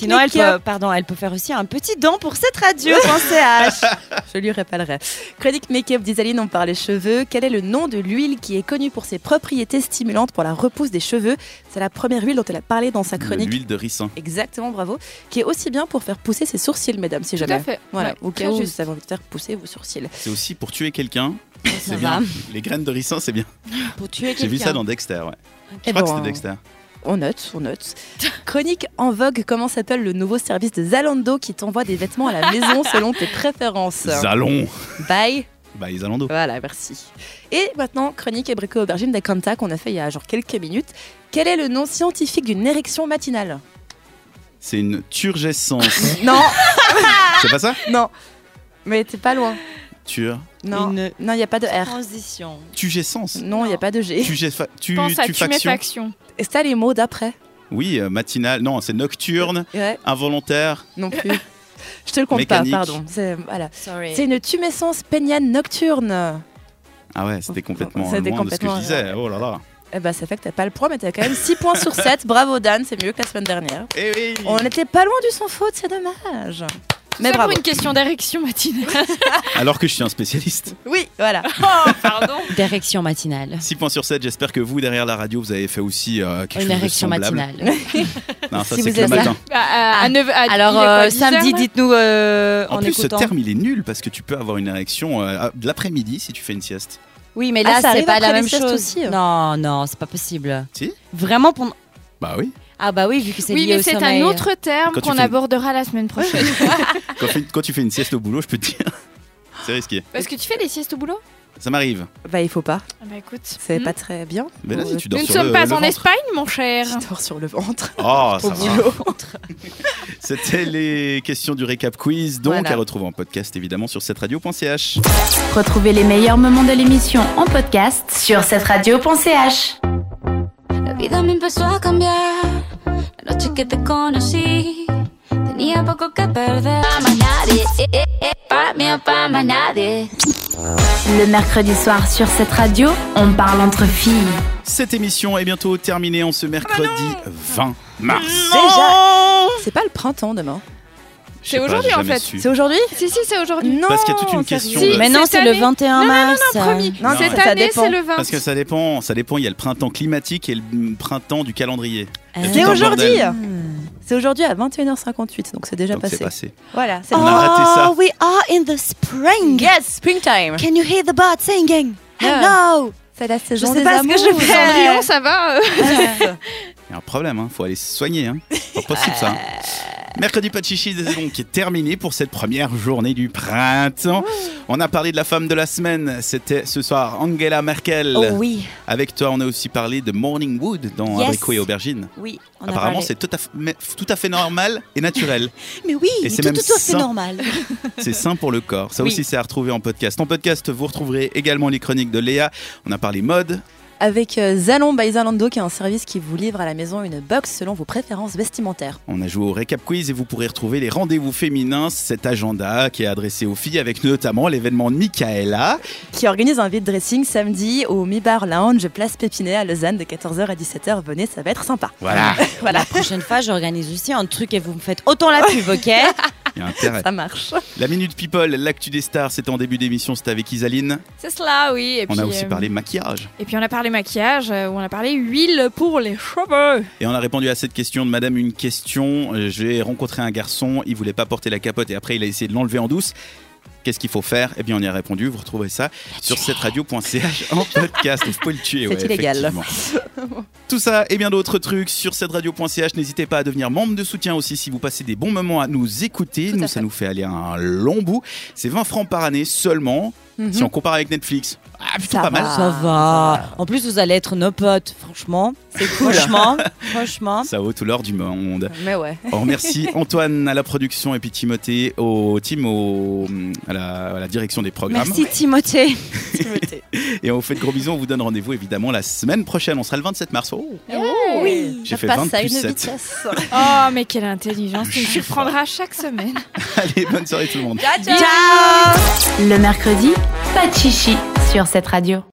S4: Sinon, elle
S3: make-up.
S4: peut, pardon, elle peut faire aussi un petit don pour cette radio.ch.
S3: Je lui répalerai. Chronique Make-up d'Isaline, on parle des cheveux. Quel est le nom de l'huile qui est connue pour ses propriétés stimulantes pour la repousse des cheveux C'est la première huile dont elle a parlé dans sa
S2: De
S3: chronique.
S2: l'huile de ricin
S3: Exactement, bravo. Qui est aussi bien pour faire pousser ses sourcils, mesdames, si
S5: Tout
S3: jamais.
S5: à fait.
S3: Voilà,
S5: Ouais,
S3: au cas
S5: très
S3: où
S5: juste.
S3: vous avez envie de faire pousser vos sourcils.
S2: c'est aussi pour tuer quelqu'un c'est
S4: va.
S2: bien les graines de ricin c'est bien
S4: Pour tuer
S2: j'ai vu ça dans Dexter ouais je crois que c'était Dexter
S3: Eh ben, On note, on note. Chronique en vogue, comment s'appelle le nouveau service de Zalando qui t'envoie des vêtements à la maison selon tes préférences
S2: Zalon
S3: Bye
S2: bah les Zalando
S3: Voilà, merci. Et maintenant, chronique et brico aubergine d'Akanta qu'on a fait il y a genre quelques minutes. Quel est le nom scientifique d'une érection matinale
S2: c'est une turgescence
S3: Non,
S2: c'est pas ça
S3: non. Mais t'es pas loin.
S2: tur
S3: Non, il non, n'y a pas de R.
S4: Transition.
S2: tugescence
S3: Non, il n'y a pas de G.
S2: Tugefa- tu
S5: Pense à
S2: tu
S5: tuméfaction.
S3: Et ça, les mots d'après
S2: oui euh, matinale non c'est nocturne
S3: Ouais,
S2: involontaire
S3: non plus. Je te le compte
S2: Mécanique.
S3: pas, pardon. C'est voilà.
S4: Sorry.
S3: C'est une tumescence pénienne nocturne.
S2: ah ouais c'était complètement
S3: Oh, C'était
S2: loin de ce que
S3: complètement-
S2: je disais oh là là
S3: Eh ben, ça fait que t'as pas le point, mais t'as quand même 6 points sur 7. Bravo, Dan, c'est mieux que la semaine dernière.
S2: Eh oui
S3: On n'était pas loin du sans faute, c'est dommage. Mais
S5: Mais
S3: bravo.
S5: pour une question d'érection matinale.
S2: alors que je suis un spécialiste
S3: Oui, voilà.
S5: oh, pardon.
S4: Direction matinale.
S2: 6 points sur 7, j'espère que vous derrière la radio vous avez fait aussi euh, quelque
S4: Une
S2: chose de
S4: érection
S2: semblable.
S4: matinale.
S2: Non, ça
S4: Si
S2: c'est
S4: vous
S2: que le
S4: êtes là.
S2: matin.
S5: Bah, à- à neuf- à-
S4: Alors,
S5: il est quoi,
S4: euh,
S5: 10 heures,
S4: samedi,
S5: là
S4: dites-nous euh,
S2: En
S4: en,
S2: plus, ce
S4: écoutant.
S2: terme il est nul parce que tu peux avoir une érection euh, à- de l'après-midi si tu fais une sieste.
S4: Oui, mais
S3: Ah,
S4: là,
S3: ça
S4: c'est
S3: arrive
S4: pas la
S3: après les
S4: même
S3: siestes
S4: chose.
S3: aussi.
S4: Non, non, c'est pas possible.
S2: Si
S4: Vraiment pendant.
S2: Bah oui.
S4: Ah bah oui, vu que c'est
S5: Oui,
S4: lié
S5: mais
S4: au
S5: c'est
S4: sommeil.
S5: un autre terme
S2: Quand tu
S5: qu'on
S2: fais-
S5: abordera la semaine prochaine.
S2: Quand, fait- quand tu fais une sieste au boulot, je peux te dire. C'est risqué.
S5: Parce que tu fais des siestes au boulot
S2: Ça m'arrive.
S3: Bah, il faut pas.
S5: Ah Bah écoute.
S3: C'est
S5: Hmm.
S3: pas très bien.
S2: Mais vas-y, tu
S3: tu
S2: dors
S5: Nous ne
S2: sur
S5: sommes
S2: le-
S5: pas
S2: le
S5: en
S2: ventre.
S5: Espagne, mon cher.
S3: dors sur le ventre.
S2: Oh, ça
S3: Au
S2: va.
S3: boulot.
S2: C'était les questions du récap quiz. Donc,
S3: Voilà.
S2: à retrouver en podcast évidemment sur cette radio.ch.
S1: Retrouvez les meilleurs moments de l'émission en podcast sur cette radio.ch.
S13: La vida me empezó a cambiar la noche que te conocí. tenía poco que perder. Ama a nadie, eh, eh, eh, pa' mí, pa' más nadie.
S1: Le mercredi soir sur cette radio, on parle entre filles.
S2: Cette émission est bientôt terminée en ce mercredi 20 mars.
S3: Déjà, c'est pas le printemps demain.
S2: sais
S5: C'est
S2: pas,
S5: aujourd'hui
S2: j'ai
S5: en
S2: jamais
S5: fait.
S2: su.
S3: C'est aujourd'hui
S5: Si, si, c'est aujourd'hui.
S3: Non,
S2: Parce qu'il y a toute une question. de-
S3: Mais non, c'est le 21
S5: Non, non, non,
S3: mars.
S5: non, promis.
S3: Non,
S5: Cette
S3: ça
S5: année,
S3: dépend.
S5: c'est le 20.
S2: Parce que ça dépend, ça dépend. Il y a le printemps climatique et le printemps du calendrier.
S4: Euh,
S2: Il y a tout
S3: C'est
S2: un
S3: aujourd'hui. Hmm.
S2: bordel.
S3: C'est aujourd'hui à 21h58, donc c'est déjà
S2: Donc
S3: passé.
S2: c'est passé.
S3: Voilà,
S2: On a raté ça.
S4: we are in the Oh, spring.
S3: Yes, springtime.
S4: Can you hear the birds singing? Hello.
S3: C'est la
S4: Je
S3: saison
S4: sais
S3: des
S4: pas ce que je
S3: amours.
S4: fais.
S5: Cendrillon, ça va euh
S2: Il y a un problème, hein. faut aller se soigner. Hein. Pas possible ça. hein. Mercredi pas de chichi c'est donc qui est terminé pour cette première journée du printemps. On a parlé de la femme de la semaine, c'était ce soir Angela Merkel.
S4: Oh oui.
S2: Avec toi, on a aussi parlé de Morning Wood dans
S4: Yes.
S2: Abricot et Aubergine.
S4: Oui, on a
S2: Apparemment,
S4: parlé.
S2: c'est tout, à fait- mais- tout à fait normal et naturel.
S4: Mais oui,
S2: Et c'est
S4: tout,
S2: même
S4: tout à fait
S2: sain.
S4: normal.
S2: C'est sain pour le corps. Ça
S4: Oui.
S2: aussi, c'est à retrouver en podcast. En podcast, vous retrouverez également les chroniques de Léa. On a parlé mode.
S3: Avec euh, Zalon by Zalando, qui est un service qui vous livre à la maison une box selon vos préférences vestimentaires.
S2: On a joué au récap quiz et vous pourrez retrouver les rendez-vous féminins, cet agenda qui est adressé aux filles avec notamment l'événement Michaela.
S3: Qui organise un vide dressing samedi au Mi Bar Lounge, place Pépinet à Lausanne de 14h à 17h. Venez, ça va être sympa.
S2: Voilà.
S4: La prochaine fois, j'organise aussi un truc et vous me faites autant la pub, ok
S2: Il y a intérêt.
S3: Ça marche.
S2: La Minute People, l'actu des stars, c'était en début d'émission, c'était avec Isaline.
S5: C'est cela, oui. Et
S2: On a
S5: puis,
S2: aussi
S5: euh,
S2: parlé maquillage.
S5: Et puis on a parlé maquillage, euh, on a parlé huile pour les cheveux.
S2: Et on a répondu à cette question de madame une question. Euh, J'ai rencontré un garçon, il voulait pas porter la capote et après il a essayé de l'enlever en douce. Qu'est-ce qu'il faut faire Eh bien, on y a répondu. Vous retrouverez ça sur cette radio.ch en podcast. Vous pouvez le tuer.
S3: C'est
S2: ouais,
S3: illégal.
S2: effectivement. Tout ça et bien d'autres trucs sur cette radio.ch. N'hésitez pas à devenir membre de soutien aussi si vous passez des bons moments à nous écouter. nous, ça nous fait aller un long bout. C'est 20 francs par année seulement.
S4: Mhm.
S2: Si on compare avec Netflix, ah, plutôt
S4: ça
S2: pas
S4: va,
S2: mal.
S4: Ça va. En plus, vous allez être nos potes, franchement. C'est cool. Franchement, franchement.
S2: Ça vaut tout l'or du monde.
S4: Mais ouais.
S2: On remercie Antoine à la production et puis Timothée au team au, à, la, à la direction des programmes.
S4: Merci Timothée.
S2: Et on vous fait de gros bisous. On vous donne rendez-vous évidemment la semaine prochaine. On sera le 27 mars. Oh,
S5: Oui.
S2: J'ai fait 20 plus 7.
S5: Oh, mais quelle intelligence, tu me surprendras chaque semaine.
S2: Allez, bonne soirée tout le monde.
S5: Ciao, ciao.
S1: Le mercredi, pas de chichi sur cette radio.